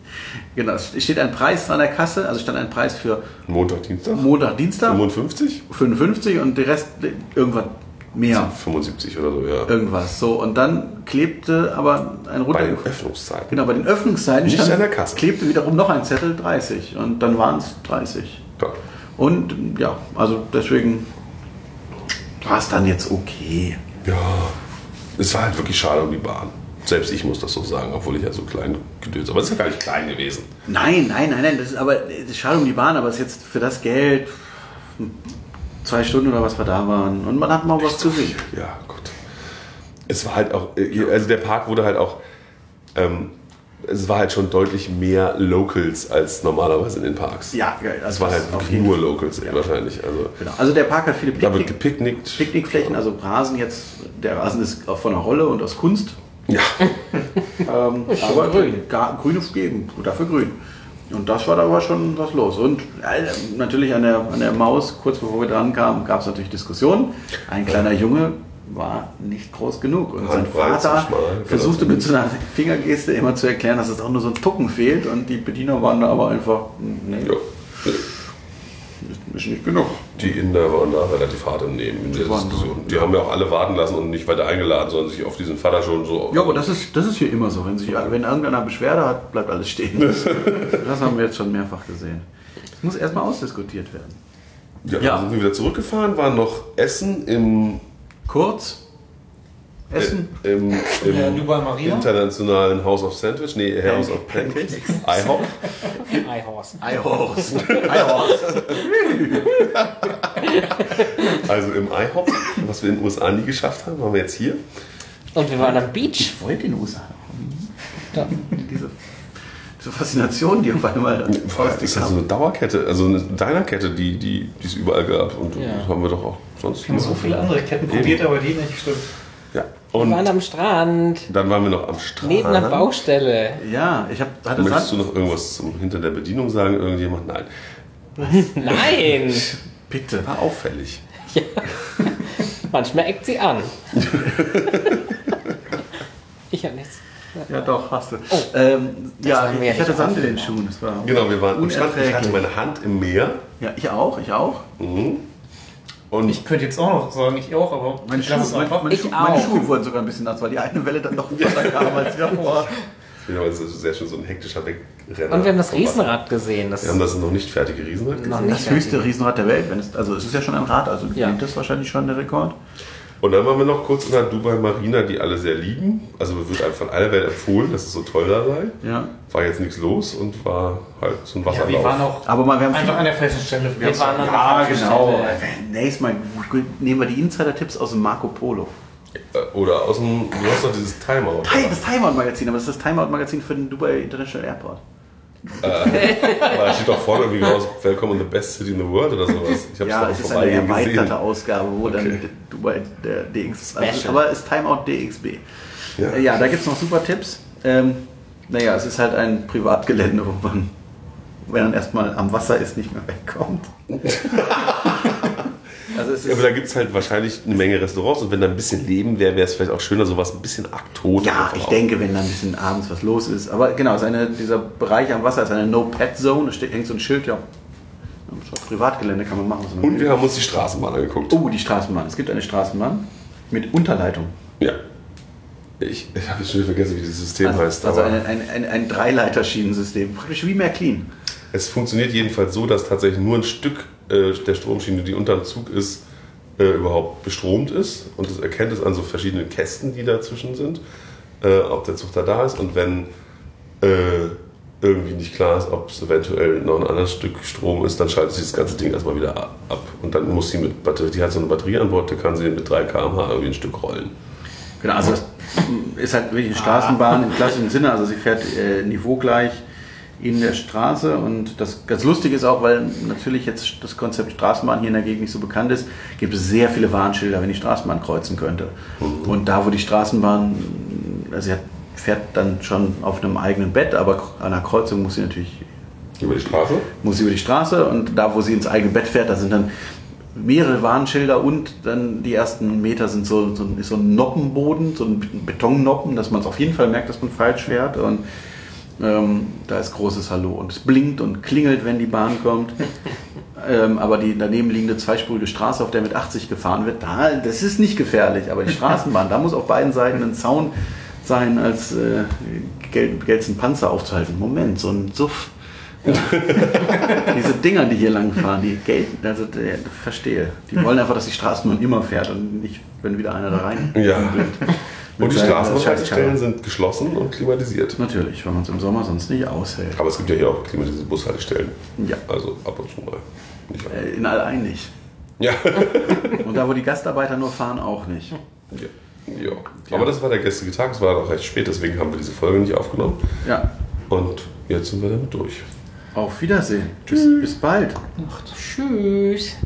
C: Genau, es steht ein Preis an der Kasse, also stand ein Preis für
A: Montag, Dienstag?
C: Montag, Dienstag,
A: 55?
C: 55 und der Rest irgendwas mehr.
A: 75 oder so, ja.
C: Irgendwas. So, und dann klebte aber ein
A: Bei
C: runter.
A: den Öffnungszeiten.
C: Genau, bei den Öffnungszeiten
A: Nicht an der Kasse.
C: klebte wiederum noch ein Zettel 30 und dann waren es 30.
A: Ja.
C: Und ja, also deswegen war es dann jetzt okay.
A: ja. Es war halt wirklich schade um die Bahn. Selbst ich muss das so sagen, obwohl ich ja so klein gedöns. Aber es ist ja gar nicht klein gewesen.
C: Nein, nein, nein, nein, das ist aber es ist schade um die Bahn, aber es ist jetzt für das Geld hm, zwei Stunden oder was wir da waren und man hat mal was gesehen.
A: Ja, gut. Es war halt auch, äh, also der Park wurde halt auch, ähm, es war halt schon deutlich mehr Locals als normalerweise in den Parks.
C: Ja, geil,
A: Es
C: also
A: war
C: das
A: halt
C: auf
A: wirklich
C: jeden
A: nur
C: Fall.
A: Locals ey, wahrscheinlich. Also
C: Genau. Also der Park hat viele
A: da wird
C: Picknick,
A: gepicknickt.
C: Picknickflächen, also Rasen jetzt, der Rasen ist auch von der Rolle und aus Kunst.
A: Ja. <laughs>
C: Ähm, aber grün. Grünes geben, dafür grün. Und das war da war schon was los. Und äh, natürlich an der, an der Maus, kurz bevor wir dran kamen, gab es natürlich Diskussionen. Ein kleiner Junge war nicht groß genug. Und sein
A: Handbreit zu
C: Vater
A: schmal, genau.
C: versuchte mit so einer Fingergeste immer zu erklären, dass es auch nur so ein Tucken fehlt. Und die Bediener waren da aber einfach, nee,
A: ja.
C: ist nicht genug.
A: Die Inder waren da relativ hart im Nehmen in der
C: Die waren
A: Diskussion. Die haben ja auch alle warten lassen und nicht weiter eingeladen, sondern sich auf diesen Vater schon so.
C: Ja, aber das ist, das ist hier immer so. Wenn, sich, wenn irgendeiner Beschwerde hat, bleibt
A: <laughs>
C: alles stehen. das haben wir jetzt schon mehrfach gesehen. Das muss erstmal ausdiskutiert werden.
A: Ja,
C: ja.
A: Dann sind wir wieder zurückgefahren, waren noch Essen im,
C: Kurz. Essen.
A: äh, im,
D: Ja,
A: im
D: Dubai Maria.
A: internationalen House of Sandwich, nee, House of Pancakes, IHOP.
B: Eihorst.
A: Äh.
C: Eihorst. <laughs> Eihorst.
A: Also im IHOP, was wir in den USA nie geschafft haben, haben wir jetzt hier.
B: Und wir waren am Beach.
C: Ich wollte in den USA.
B: Da.
C: Diese, diese Faszination, die auf einmal
A: <laughs> Das ist also eine Dauerkette, also eine Dinerkette, die, die, die es überall gab. Und
B: Ja.
A: das haben wir doch auch sonst
D: Wir haben so
A: nirgendwo.
D: viele andere Ketten probiert, aber die nicht, stimmt.
A: Ja.
B: Wir waren
A: Und
B: am Strand.
A: dann waren wir noch am Strand.
B: Neben einer Baustelle.
C: Ja, ich hab, hatte
A: Möchtest du
C: Sand.
A: noch irgendwas zum hinter der Bedienung sagen? Irgendjemand? Nein.
B: Nein!
C: Bitte.
A: War auffällig.
B: Manchmal eckt
A: <laughs>
B: sie an. ich habe nichts.
C: Ja, doch, hast du.
B: Oh.
C: ähm, ja,
B: haben wir
C: ich
B: ja
C: hatte
B: nicht
C: Sand in den
B: aufgenommen.
C: Schuhen. Das war
A: Genau, wir waren am Strand. Ich hatte
C: unerträglich.
A: meine Hand im Meer.
C: Ja, ich auch, ich auch.
A: Mhm. Und
D: Ich könnte jetzt auch noch sagen, ich auch, aber
C: Meine
D: ich lass
C: Schuhe,
D: es
C: meine,
D: einfach.
C: meine,
B: Ich
C: Schuhe, meine
B: auch.
C: Schuhe wurden sogar ein bisschen nass, weil die eine Welle dann noch
B: <laughs>
C: weiter kam als die davor.
A: ja, das ist sehr schön so ein hektischer Wegrenner.
B: Und wir haben das Riesenrad gesehen. Das
A: Wir haben das noch nicht fertige Riesenrad
C: Genau.
A: gesehen.
B: noch nicht
C: Das höchste Riesenrad der Welt. Wenn es, also es ist ja schon ein Rad, also
B: Ja.
C: nimmt das wahrscheinlich schon der Rekord.
A: Und dann waren wir noch kurz in der Dubai Marina, die alle sehr lieben. Also mir wird einem von aller Welt empfohlen, dass es so toll da sei.
C: Ja.
A: War jetzt nichts los und war halt so ein
D: Ja,
A: Wasserlauf.
D: wir waren auch
C: Aber mal, wir haben
D: einfach an der falschen Stelle. Wir
B: waren an der
C: Ah,
B: falschen
C: genau.
B: Stelle.
C: Nächstes Mal nehmen wir die Insider-Tipps aus dem Marco Polo.
A: Äh, Oder aus dem, du hast doch dieses Timeout.
C: Hey, das Timeout-Magazin, aber das ist das Timeout-Magazin für den Dubai International Airport.
A: Aber da steht doch vorne irgendwie raus, Welcome in the best city in the world oder sowas. Ich hab's
C: Ja,
A: da
C: es
A: auch
C: ist eine
A: vorbeigehen
C: erweiterte
A: gesehen.
C: Ausgabe, wo
A: Okay.
C: dann der Dubai der DX. Also,
B: Special.
C: aber ist Timeout DXB.
A: Ja.
C: Ja, ja da gibt es noch super Tipps. Ähm, naja, es ist halt ein Privatgelände, wo man, wenn man erstmal am Wasser ist, nicht mehr
A: <laughs>
C: wegkommt. also es
A: Ja,
C: ist
A: aber da gibt es halt wahrscheinlich eine Menge Restaurants und wenn da ein bisschen Leben wäre, wäre es vielleicht auch schöner, sowas ein bisschen aktot.
C: Ja,
A: einfach
C: ich
A: auch.
C: denke, wenn da ein bisschen abends was los ist. Aber genau, ist eine, dieser Bereich am Wasser ist eine No-Pet-Zone. Da steht, hängt so ein Schild, ja. Auf Privatgelände kann man machen. Was man
A: Und
C: will.
A: wir haben uns die Straßenbahn angeguckt.
C: Oh, die Straßenbahn. Es gibt eine Straßenbahn mit Unterleitung.
A: Ja. Ich, ich habe jetzt schon wieder vergessen, wie dieses System heißt.
C: also
A: aber
C: ein, ein, ein, ein Dreileiterschienensystem. Praktisch wie Märklin.
A: es funktioniert jedenfalls so, dass tatsächlich nur ein Stück äh, der Stromschiene, die unter dem Zug ist, äh, überhaupt bestromt ist. Und das erkennt es an so verschiedenen Kästen, die dazwischen sind, äh, ob der Zug da da ist. Und wenn äh, irgendwie nicht klar ist, ob es eventuell noch ein anderes Stück Strom ist, dann schaltet sich das ganze Ding erstmal wieder a- ab. Und dann muss sie mit Batterie, die hat so eine Batterie an Bord, da kann sie mit 3 km/h irgendwie ein Stück rollen.
C: Genau, also das ist halt wirklich eine Straßenbahn im klassischen Sinne. Also sie fährt äh, niveaugleich. in der Straße. Und das ganz lustig ist auch, weil natürlich jetzt das Konzept Straßenbahn hier in der Gegend nicht so bekannt ist, gibt es sehr viele Warnschilder, wenn die Straßenbahn kreuzen könnte. Und da, wo die Straßenbahn, also sie hat, fährt dann schon auf einem eigenen Bett, aber an einer Kreuzung muss sie natürlich
A: Über die Straße?
C: muss sie über die Straße und da, wo sie ins eigene Bett fährt, da sind dann mehrere Warnschilder und dann die ersten Meter sind so, so, ein- ist so ein Noppenboden, so ein Betonnoppen, dass man es auf jeden Fall merkt, dass man falsch fährt und ähm, da ist großes Hallo und es blinkt und klingelt, wenn die Bahn kommt. Ähm, aber die daneben liegende zweispurige Straße, auf der mit 80 gefahren wird, da, das ist nicht gefährlich. Aber die Straßenbahn, da muss auf beiden Seiten ein Zaun sein, als äh, gel- gelt's ein Panzer aufzuhalten. Moment, so ein Suff. Diese Dinger, die hier lang fahren, die gelten, also äh, verstehe. Die wollen einfach, dass die Straßenbahn immer fährt und nicht, wenn wieder einer da rein.
A: Ja. Und die
C: Mit seinem
A: Straßenbahnhaltestellen
C: Scheiß-
A: sind geschlossen und klimatisiert.
C: Natürlich, weil man es im Sommer sonst nicht aushält.
A: Aber es gibt ja hier auch klimatisierte Bushaltestellen.
C: Ja.
A: Also ab und zu mal. Nicht alle.
C: Äh, In allein nicht.
A: <laughs> Ja.
C: Und da, wo die Gastarbeiter nur fahren, auch nicht.
A: ja. ja. Aber das war der gestrige Tag. Es war noch recht spät, deswegen haben wir diese Folge nicht aufgenommen.
C: Ja,
A: Und jetzt sind wir damit durch.
C: auf Wiedersehen. Tschüss. Bis bald.
B: Ach, tschüss.